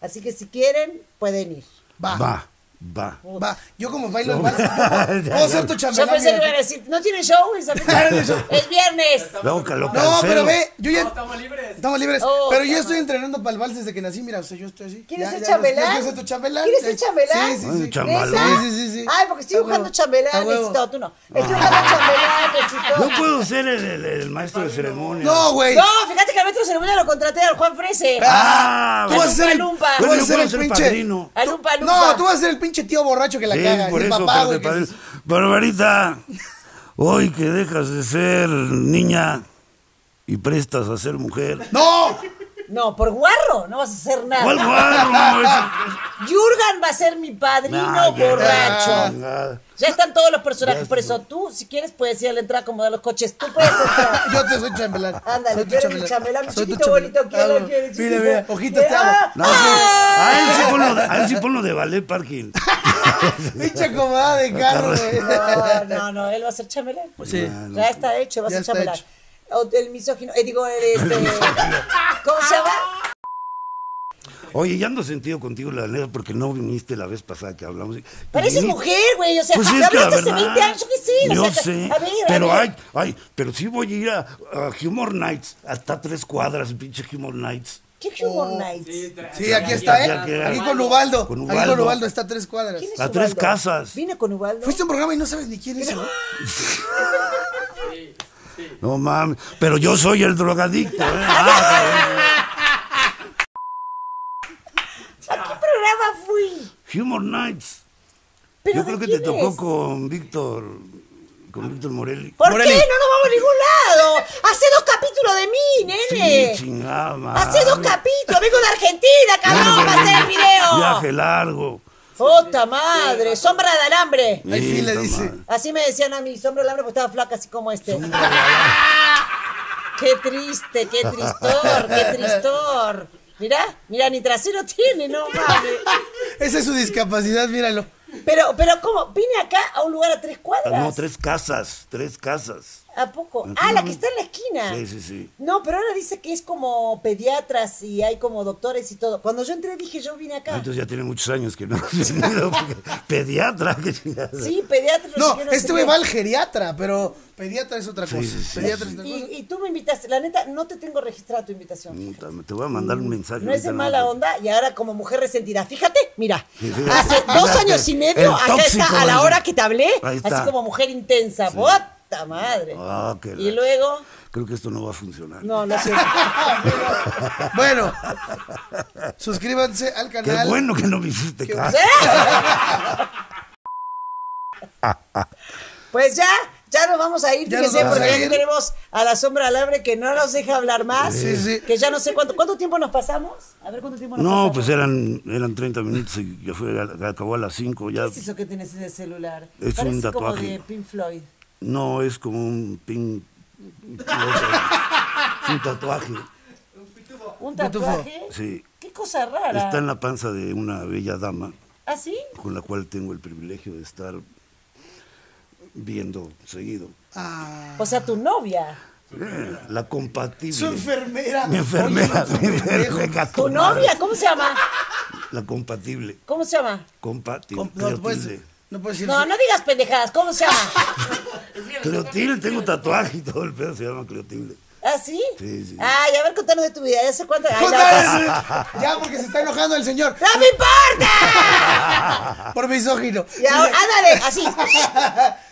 Speaker 2: Así que si quieren, pueden ir.
Speaker 3: Va. Va.
Speaker 1: Va, va.
Speaker 3: Yo como bailo el vals, yo puedo ser tu
Speaker 2: Yo
Speaker 3: chambelán.
Speaker 2: pensé que
Speaker 3: mira.
Speaker 2: iban a decir, ¿no tiene show? esa fecha? es viernes.
Speaker 1: Luego que lo
Speaker 3: No, pero
Speaker 1: cancelo.
Speaker 3: ve, yo ya. estamos libres. Estamos libres.
Speaker 2: Oh,
Speaker 3: pero yo
Speaker 2: está
Speaker 3: estoy entrenando para el vals desde que nací. Mira, o sea, yo estoy así.
Speaker 2: ¿Quieres
Speaker 3: Ya-
Speaker 2: ser
Speaker 3: ya lo-
Speaker 2: chambelán?
Speaker 3: Yo quiero ser tu chambelán.
Speaker 2: ¿Quieres ser
Speaker 3: Sí,
Speaker 2: chambelán?
Speaker 3: Sí,
Speaker 1: Un
Speaker 3: sí, sí.
Speaker 1: chambelán.
Speaker 2: ¿Esa?
Speaker 3: Sí, sí, sí, sí.
Speaker 2: Ay, porque estoy
Speaker 3: A
Speaker 2: buscando
Speaker 3: huevo.
Speaker 2: chambelán,
Speaker 3: A huevo.
Speaker 2: necesito, tú no. Estoy buscando chambelán, necesito.
Speaker 1: Ah. No puedo ser el, el- el maestro de ceremonia.
Speaker 3: No, güey.
Speaker 2: No, fíjate que al metro ceremonia lo contraté al Juan Frese.
Speaker 1: Ah,
Speaker 3: Tú vas a ser el,
Speaker 2: Lumpa,
Speaker 3: tú
Speaker 2: lumpa.
Speaker 3: vas a
Speaker 1: Bueno, yo
Speaker 3: ser el
Speaker 1: puedo ser
Speaker 3: pinche.
Speaker 1: padrino.
Speaker 2: Al Lumpa Lumpa.
Speaker 3: No, tú vas a ser el pinche tío borracho que la
Speaker 1: Sí,
Speaker 3: caga.
Speaker 1: por
Speaker 3: y el
Speaker 1: eso,
Speaker 3: papá,
Speaker 1: pero
Speaker 3: güey.
Speaker 1: de
Speaker 3: que-
Speaker 1: padre- Barbarita, hoy que dejas de ser niña y prestas a ser mujer.
Speaker 3: ¡No!
Speaker 2: No, por guarro, no vas a hacer nada.
Speaker 1: ¿Cuál guarro? Eso-
Speaker 2: Jurgen va a ser mi padrino
Speaker 1: Nah, Ah, ya,
Speaker 3: Ah.
Speaker 2: borracho.
Speaker 1: chingada.
Speaker 2: Ya están todos los personajes, por eso tú, si quieres, puedes ir a la entrada como de los coches. Tú puedes entrar.
Speaker 3: Yo te soy chambelán.
Speaker 2: Ándale,
Speaker 3: soy tu
Speaker 2: tú eres mi chambelán, mi chiquito bonito, ¿quién lo
Speaker 3: Ah,
Speaker 2: quiere,
Speaker 3: Mira,
Speaker 2: chiquito?
Speaker 3: mira, ojitos te
Speaker 2: Ah,
Speaker 3: amo.
Speaker 1: No, sí, a él sí ponlo de, a él sí ponlo de ballet parking.
Speaker 3: Pinche acomodada de carro, güey.
Speaker 2: No, no, no, él va a ser chambelán.
Speaker 1: Pues
Speaker 3: Sí.
Speaker 2: Ya está hecho, va a
Speaker 3: Ya
Speaker 2: ser
Speaker 3: está
Speaker 2: chambelán.
Speaker 3: hecho.
Speaker 2: O- El misógino, eh, digo, el, este, ¿cómo se llama?
Speaker 1: Oye, ya ando sentido contigo, la neta, porque no viniste la vez pasada que hablamos. Y
Speaker 2: Pareces
Speaker 1: viniste-
Speaker 2: mujer, güey, o sea,
Speaker 1: Pues
Speaker 2: me
Speaker 1: es que la
Speaker 2: hablaste hace
Speaker 1: verdad.
Speaker 2: 20 años, yo qué sé,
Speaker 1: yo
Speaker 2: o sea,
Speaker 1: sé.
Speaker 2: a ver, a
Speaker 1: pero
Speaker 2: ver.
Speaker 1: ay, ay, pero sí voy a ir a, a Humor Nights, hasta tres cuadras, pinche Humor Nights.
Speaker 2: ¿Qué Humor
Speaker 1: Oh,
Speaker 2: Nights?
Speaker 3: Sí, aquí está,
Speaker 1: Ya, ya,
Speaker 3: ¿eh?
Speaker 1: ya.
Speaker 3: Aquí con Ubaldo.
Speaker 1: Con
Speaker 3: Aquí con
Speaker 1: Ubaldo.
Speaker 3: Ubaldo está a tres cuadras.
Speaker 2: ¿Quién es
Speaker 1: a tres
Speaker 2: Ubaldo?
Speaker 1: casas.
Speaker 2: Vine con Ubaldo.
Speaker 3: Fuiste a un programa y no sabes ni quién es, ¿eh? güey.
Speaker 1: No mames, pero yo soy el drogadicto, ¿eh? Ah,
Speaker 2: ¿A qué programa fui?
Speaker 1: eh. Humor Nights.
Speaker 2: ¿Pero
Speaker 1: Yo
Speaker 2: de
Speaker 1: creo que te
Speaker 2: quién
Speaker 1: tocó
Speaker 2: es?
Speaker 1: con Víctor, con Víctor Morelli.
Speaker 2: ¿Por
Speaker 3: Morelli.
Speaker 2: qué? No nos vamos a ningún lado. Hace dos capítulos de mí, nene.
Speaker 1: Sí, chingada madre.
Speaker 2: Hace dos capítulos. Vengo de Argentina, cabrón, para hacer el video.
Speaker 1: Viaje largo.
Speaker 2: ¡Puta madre! ¡Sombra de alambre!
Speaker 3: Ahí sí le
Speaker 1: Puta
Speaker 3: dice.
Speaker 1: madre.
Speaker 2: Así me decían a mí, sombra de alambre, porque estaba flaca así como este. ¡Qué triste, qué tristor, qué tristor! Mirá, mirá, ni trasero tiene, no mames.
Speaker 3: Esa es su discapacidad, míralo.
Speaker 2: Pero, pero ¿cómo? Vine acá a un lugar a tres cuadras.
Speaker 1: Ah, No, tres casas, tres casas.
Speaker 2: ¿A poco?
Speaker 1: Aquí
Speaker 2: Ah, la
Speaker 1: no.
Speaker 2: que está en la esquina.
Speaker 1: Sí, sí, sí.
Speaker 2: No, pero ahora dice que es como pediatras y hay como doctores y todo. Cuando yo entré dije, yo vine acá.
Speaker 1: Entonces ya tiene muchos años que no has venido. porque- Pediatra, qué chingada.
Speaker 2: Sí, pediatras. sé
Speaker 3: No,
Speaker 2: qué, sé
Speaker 3: este güey
Speaker 2: qué.
Speaker 3: va al geriatra, pero pediatra es otra cosa.
Speaker 1: sí, sí,
Speaker 3: Pediatra
Speaker 1: sí.
Speaker 3: es otra cosa.
Speaker 2: Y, y tú me invitaste. La neta, no te tengo registrada tu invitación.
Speaker 1: Puta, Te voy a mandar un mensaje.
Speaker 2: No es de
Speaker 1: ahorita,
Speaker 2: mala
Speaker 1: no.
Speaker 2: onda y ahora como mujer resentida. Fíjate, mira,
Speaker 1: fíjate.
Speaker 2: hace dos años y
Speaker 1: El
Speaker 2: medio, acá
Speaker 1: tóxico,
Speaker 2: está a la
Speaker 1: dice.
Speaker 2: hora que te hablé,
Speaker 1: Ahí
Speaker 2: así
Speaker 1: está.
Speaker 2: como mujer intensa. ¡Bota madre!
Speaker 1: Ah, qué
Speaker 2: y
Speaker 1: la-
Speaker 2: luego,
Speaker 1: Creo que esto no va a funcionar.
Speaker 2: no, no sé.
Speaker 3: Bueno, suscríbanse al
Speaker 1: Qué
Speaker 3: canal.
Speaker 1: bueno que no me hiciste
Speaker 2: ¿Eh?
Speaker 1: caso.
Speaker 2: pues ya, Ya nos vamos a ir,
Speaker 3: Ya
Speaker 2: fíjese,
Speaker 3: nos vamos
Speaker 2: porque
Speaker 3: a
Speaker 2: ya
Speaker 3: ir.
Speaker 2: tenemos a la sombra al abre que no nos deja hablar más.
Speaker 3: Sí, sí.
Speaker 2: Que ya no sé cuánto. ¿Cuánto tiempo nos pasamos? A ver cuánto tiempo nos
Speaker 1: No,
Speaker 2: pasamos.
Speaker 1: pues eran, eran 30 minutos y ya fue, acabó a las 5. Ya,
Speaker 2: ¿Qué es eso que tienes en el celular?
Speaker 1: Es
Speaker 2: Parece
Speaker 1: un
Speaker 2: como
Speaker 1: tatuaje.
Speaker 2: de Pink Floyd.
Speaker 1: no, es como un pin. es un tatuaje.
Speaker 2: ¿Un
Speaker 3: Pitufo.
Speaker 2: tatuaje?
Speaker 1: Sí.
Speaker 2: Qué cosa rara.
Speaker 1: Está en la panza de una bella dama
Speaker 2: ¿Ah, sí?
Speaker 1: con la cual tengo el privilegio de estar viendo seguido.
Speaker 3: Ah.
Speaker 2: O sea, tu novia.
Speaker 1: Eh, La compatible.
Speaker 3: Su enfermera.
Speaker 1: mi enfermera,
Speaker 3: Oye,
Speaker 1: mi
Speaker 3: no, pendejo.
Speaker 1: enfermera.
Speaker 2: ¿Tu
Speaker 1: tomada.
Speaker 2: novia? ¿Cómo se llama?
Speaker 1: La compatible.
Speaker 2: ¿Cómo se llama?
Speaker 1: Compatible.
Speaker 3: Com- No pues, puedes,
Speaker 1: Cleotilde.
Speaker 3: no puedes decir.
Speaker 2: No,
Speaker 3: su-
Speaker 2: no digas pendejadas. ¿Cómo se llama?
Speaker 1: Cleotilde, tengo tatuaje y todo el pedo se llama Cleotilde.
Speaker 2: ¿Ah, sí?
Speaker 1: Sí, sí.
Speaker 2: Ay, a ver, contanos de tu vida. Ya sé cuánto. Ay,
Speaker 3: Puta,
Speaker 2: ya-
Speaker 3: es- Ya, porque se está enojando el señor
Speaker 2: ¡No me importa!
Speaker 3: por misógino.
Speaker 2: Y ahora, ándale, así.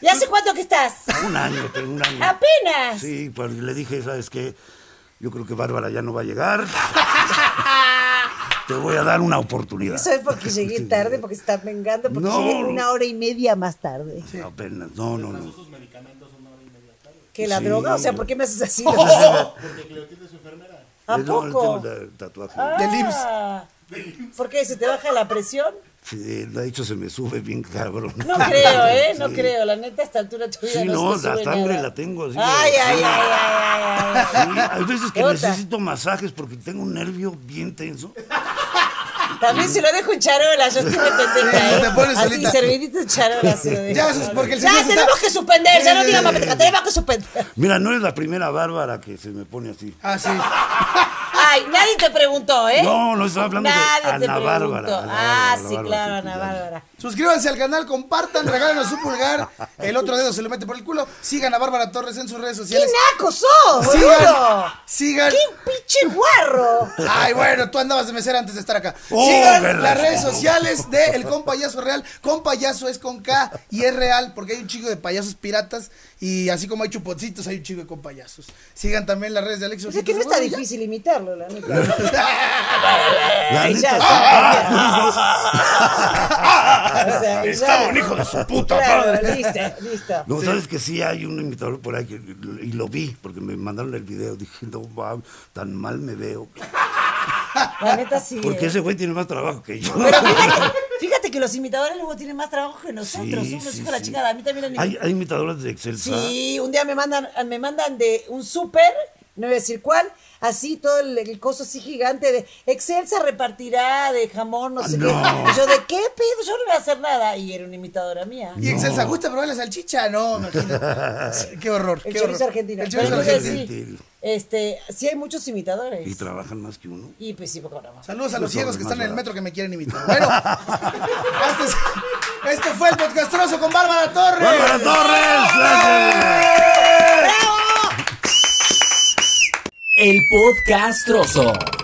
Speaker 2: ¿Y hace cuánto que estás?
Speaker 1: Un año, tengo un año.
Speaker 2: Apenas.
Speaker 1: Sí, pues le dije, ¿sabes qué? Yo creo que Bárbara ya no va a llegar. Te voy a dar una oportunidad.
Speaker 2: Eso es porque llegué tarde, porque se están vengando, porque
Speaker 1: No,
Speaker 2: llegué
Speaker 1: no.
Speaker 2: una hora y media más tarde.
Speaker 1: Apenas. No, no, no.
Speaker 2: ¿Que la
Speaker 1: Sí.
Speaker 2: droga? O sea, ¿por qué me haces así? ¿A
Speaker 1: Eh, no,
Speaker 2: poco?
Speaker 1: tengo el tatuaje.
Speaker 3: Del IMSS.
Speaker 2: Ah, ¿Por qué? ¿Se te baja la presión?
Speaker 1: Sí, de hecho se me sube bien cabrón.
Speaker 2: No creo, ¿eh? No creo. La neta, a esta altura de tu vida
Speaker 1: Sí,
Speaker 2: no,
Speaker 1: no,
Speaker 2: se te
Speaker 1: la
Speaker 2: sube
Speaker 1: sangre
Speaker 2: nada.
Speaker 1: la tengo así.
Speaker 2: Ay,
Speaker 1: Sí.
Speaker 2: ay, ay, ay, ay, ay.
Speaker 1: Sí, hay veces que
Speaker 2: Puta.
Speaker 1: necesito masajes porque tengo un nervio bien tenso.
Speaker 2: También se lo dejo en charola, yo estoy de pendeja, ¿eh?
Speaker 3: Te pones
Speaker 2: Así,
Speaker 3: solita.
Speaker 2: servidito en charola se lo dejo.
Speaker 3: Ya, eso es porque el
Speaker 2: Ya,
Speaker 3: señor se
Speaker 2: tenemos
Speaker 3: está-
Speaker 2: que suspender, ya no
Speaker 3: Sí,
Speaker 2: digas
Speaker 3: sí,
Speaker 2: más
Speaker 3: sí.
Speaker 2: pendeja, tenemos que suspender.
Speaker 1: Mira, no es la primera Bárbara que se me pone así.
Speaker 3: Ah, sí.
Speaker 2: Ay, nadie te preguntó, ¿eh?
Speaker 1: No, no estaba hablando de
Speaker 2: Nadie te
Speaker 1: Ana
Speaker 2: preguntó.
Speaker 1: Bárbara, Ana Bárbara,
Speaker 2: ah,
Speaker 1: Ana
Speaker 2: sí,
Speaker 1: Bárbara,
Speaker 2: claro,
Speaker 1: sí,
Speaker 2: Ana
Speaker 1: claro.
Speaker 2: Bárbara.
Speaker 3: Suscríbanse al canal, compartan, regálenos su pulgar. El otro dedo se lo mete por el culo. Sigan a Bárbara Torres en sus redes
Speaker 2: ¡Qué
Speaker 3: sociales.
Speaker 2: naco sos, boludo!
Speaker 3: Sigan, sigan.
Speaker 2: ¡Qué pinche guarro!
Speaker 3: Ay, bueno, tú andabas de mesera antes de estar acá.
Speaker 1: Oh, qué
Speaker 3: Sigan las
Speaker 1: la-
Speaker 3: redes sociales de El Compayazo Real. Compayazo es con K y es real porque hay un chico de payasos piratas y así como hay chuponcitos, hay un chico de compayasos. Sigan también las redes de Alex.
Speaker 2: O sea, que no
Speaker 1: Pues
Speaker 3: Ojitos.
Speaker 2: está
Speaker 3: Bueno, ya.
Speaker 2: difícil imitarlo, la neta.
Speaker 1: La
Speaker 2: Ay,
Speaker 1: neta, sí.
Speaker 2: ya,
Speaker 1: Ah,
Speaker 2: O sea,
Speaker 1: Estaba
Speaker 2: ya.
Speaker 1: ah, un hijo de su puta
Speaker 2: Claro,
Speaker 1: madre.
Speaker 2: listo, listo.
Speaker 1: No, sabes que sí hay un imitador por ahí que, y lo vi porque me mandaron el video. Dije, no, wow, tan mal me veo.
Speaker 2: La neta sí.
Speaker 1: Porque
Speaker 2: eh.
Speaker 1: ese güey tiene más trabajo que yo.
Speaker 2: Pero fíjate, fíjate que los imitadores luego tienen más trabajo que nosotros.
Speaker 1: Sí,
Speaker 2: Somos los
Speaker 1: sí,
Speaker 2: hijos de la
Speaker 1: sí.
Speaker 2: chingada. A mí también han
Speaker 1: Hay, hay imitadores de Excel.
Speaker 2: Sí, un día me mandan, me mandan de un súper, no voy a decir cuál, así todo el, el coso así gigante de Excelsa repartirá de jamón, no
Speaker 1: Ah,
Speaker 2: sé
Speaker 1: No.
Speaker 2: qué. Y yo, ¿de qué pedo? Yo no voy a hacer nada. Y era una imitadora mía.
Speaker 3: Y Excelsa, ¿gusta probar la salchicha? No, imagínate. qué horror.
Speaker 2: El
Speaker 3: qué
Speaker 2: chorizo
Speaker 3: horror.
Speaker 2: argentino.
Speaker 3: El
Speaker 2: Pero
Speaker 3: chorizo
Speaker 2: entonces
Speaker 3: argentino.
Speaker 1: argentino.
Speaker 2: sí, este, sí hay muchos imitadores.
Speaker 1: Y
Speaker 2: Y,
Speaker 1: trabajan más que uno.
Speaker 2: pues sí, poco más.
Speaker 3: Saludos a los
Speaker 1: Los
Speaker 3: ciegos
Speaker 1: hombres
Speaker 3: que
Speaker 1: más
Speaker 3: están en
Speaker 1: baratos.
Speaker 3: el metro que me quieren imitar. Bueno, este, es- este fue el podcastroso con Bárbara Torres.
Speaker 1: ¡Bárbara Torres! ¡Gracias!
Speaker 4: El Podcastroso.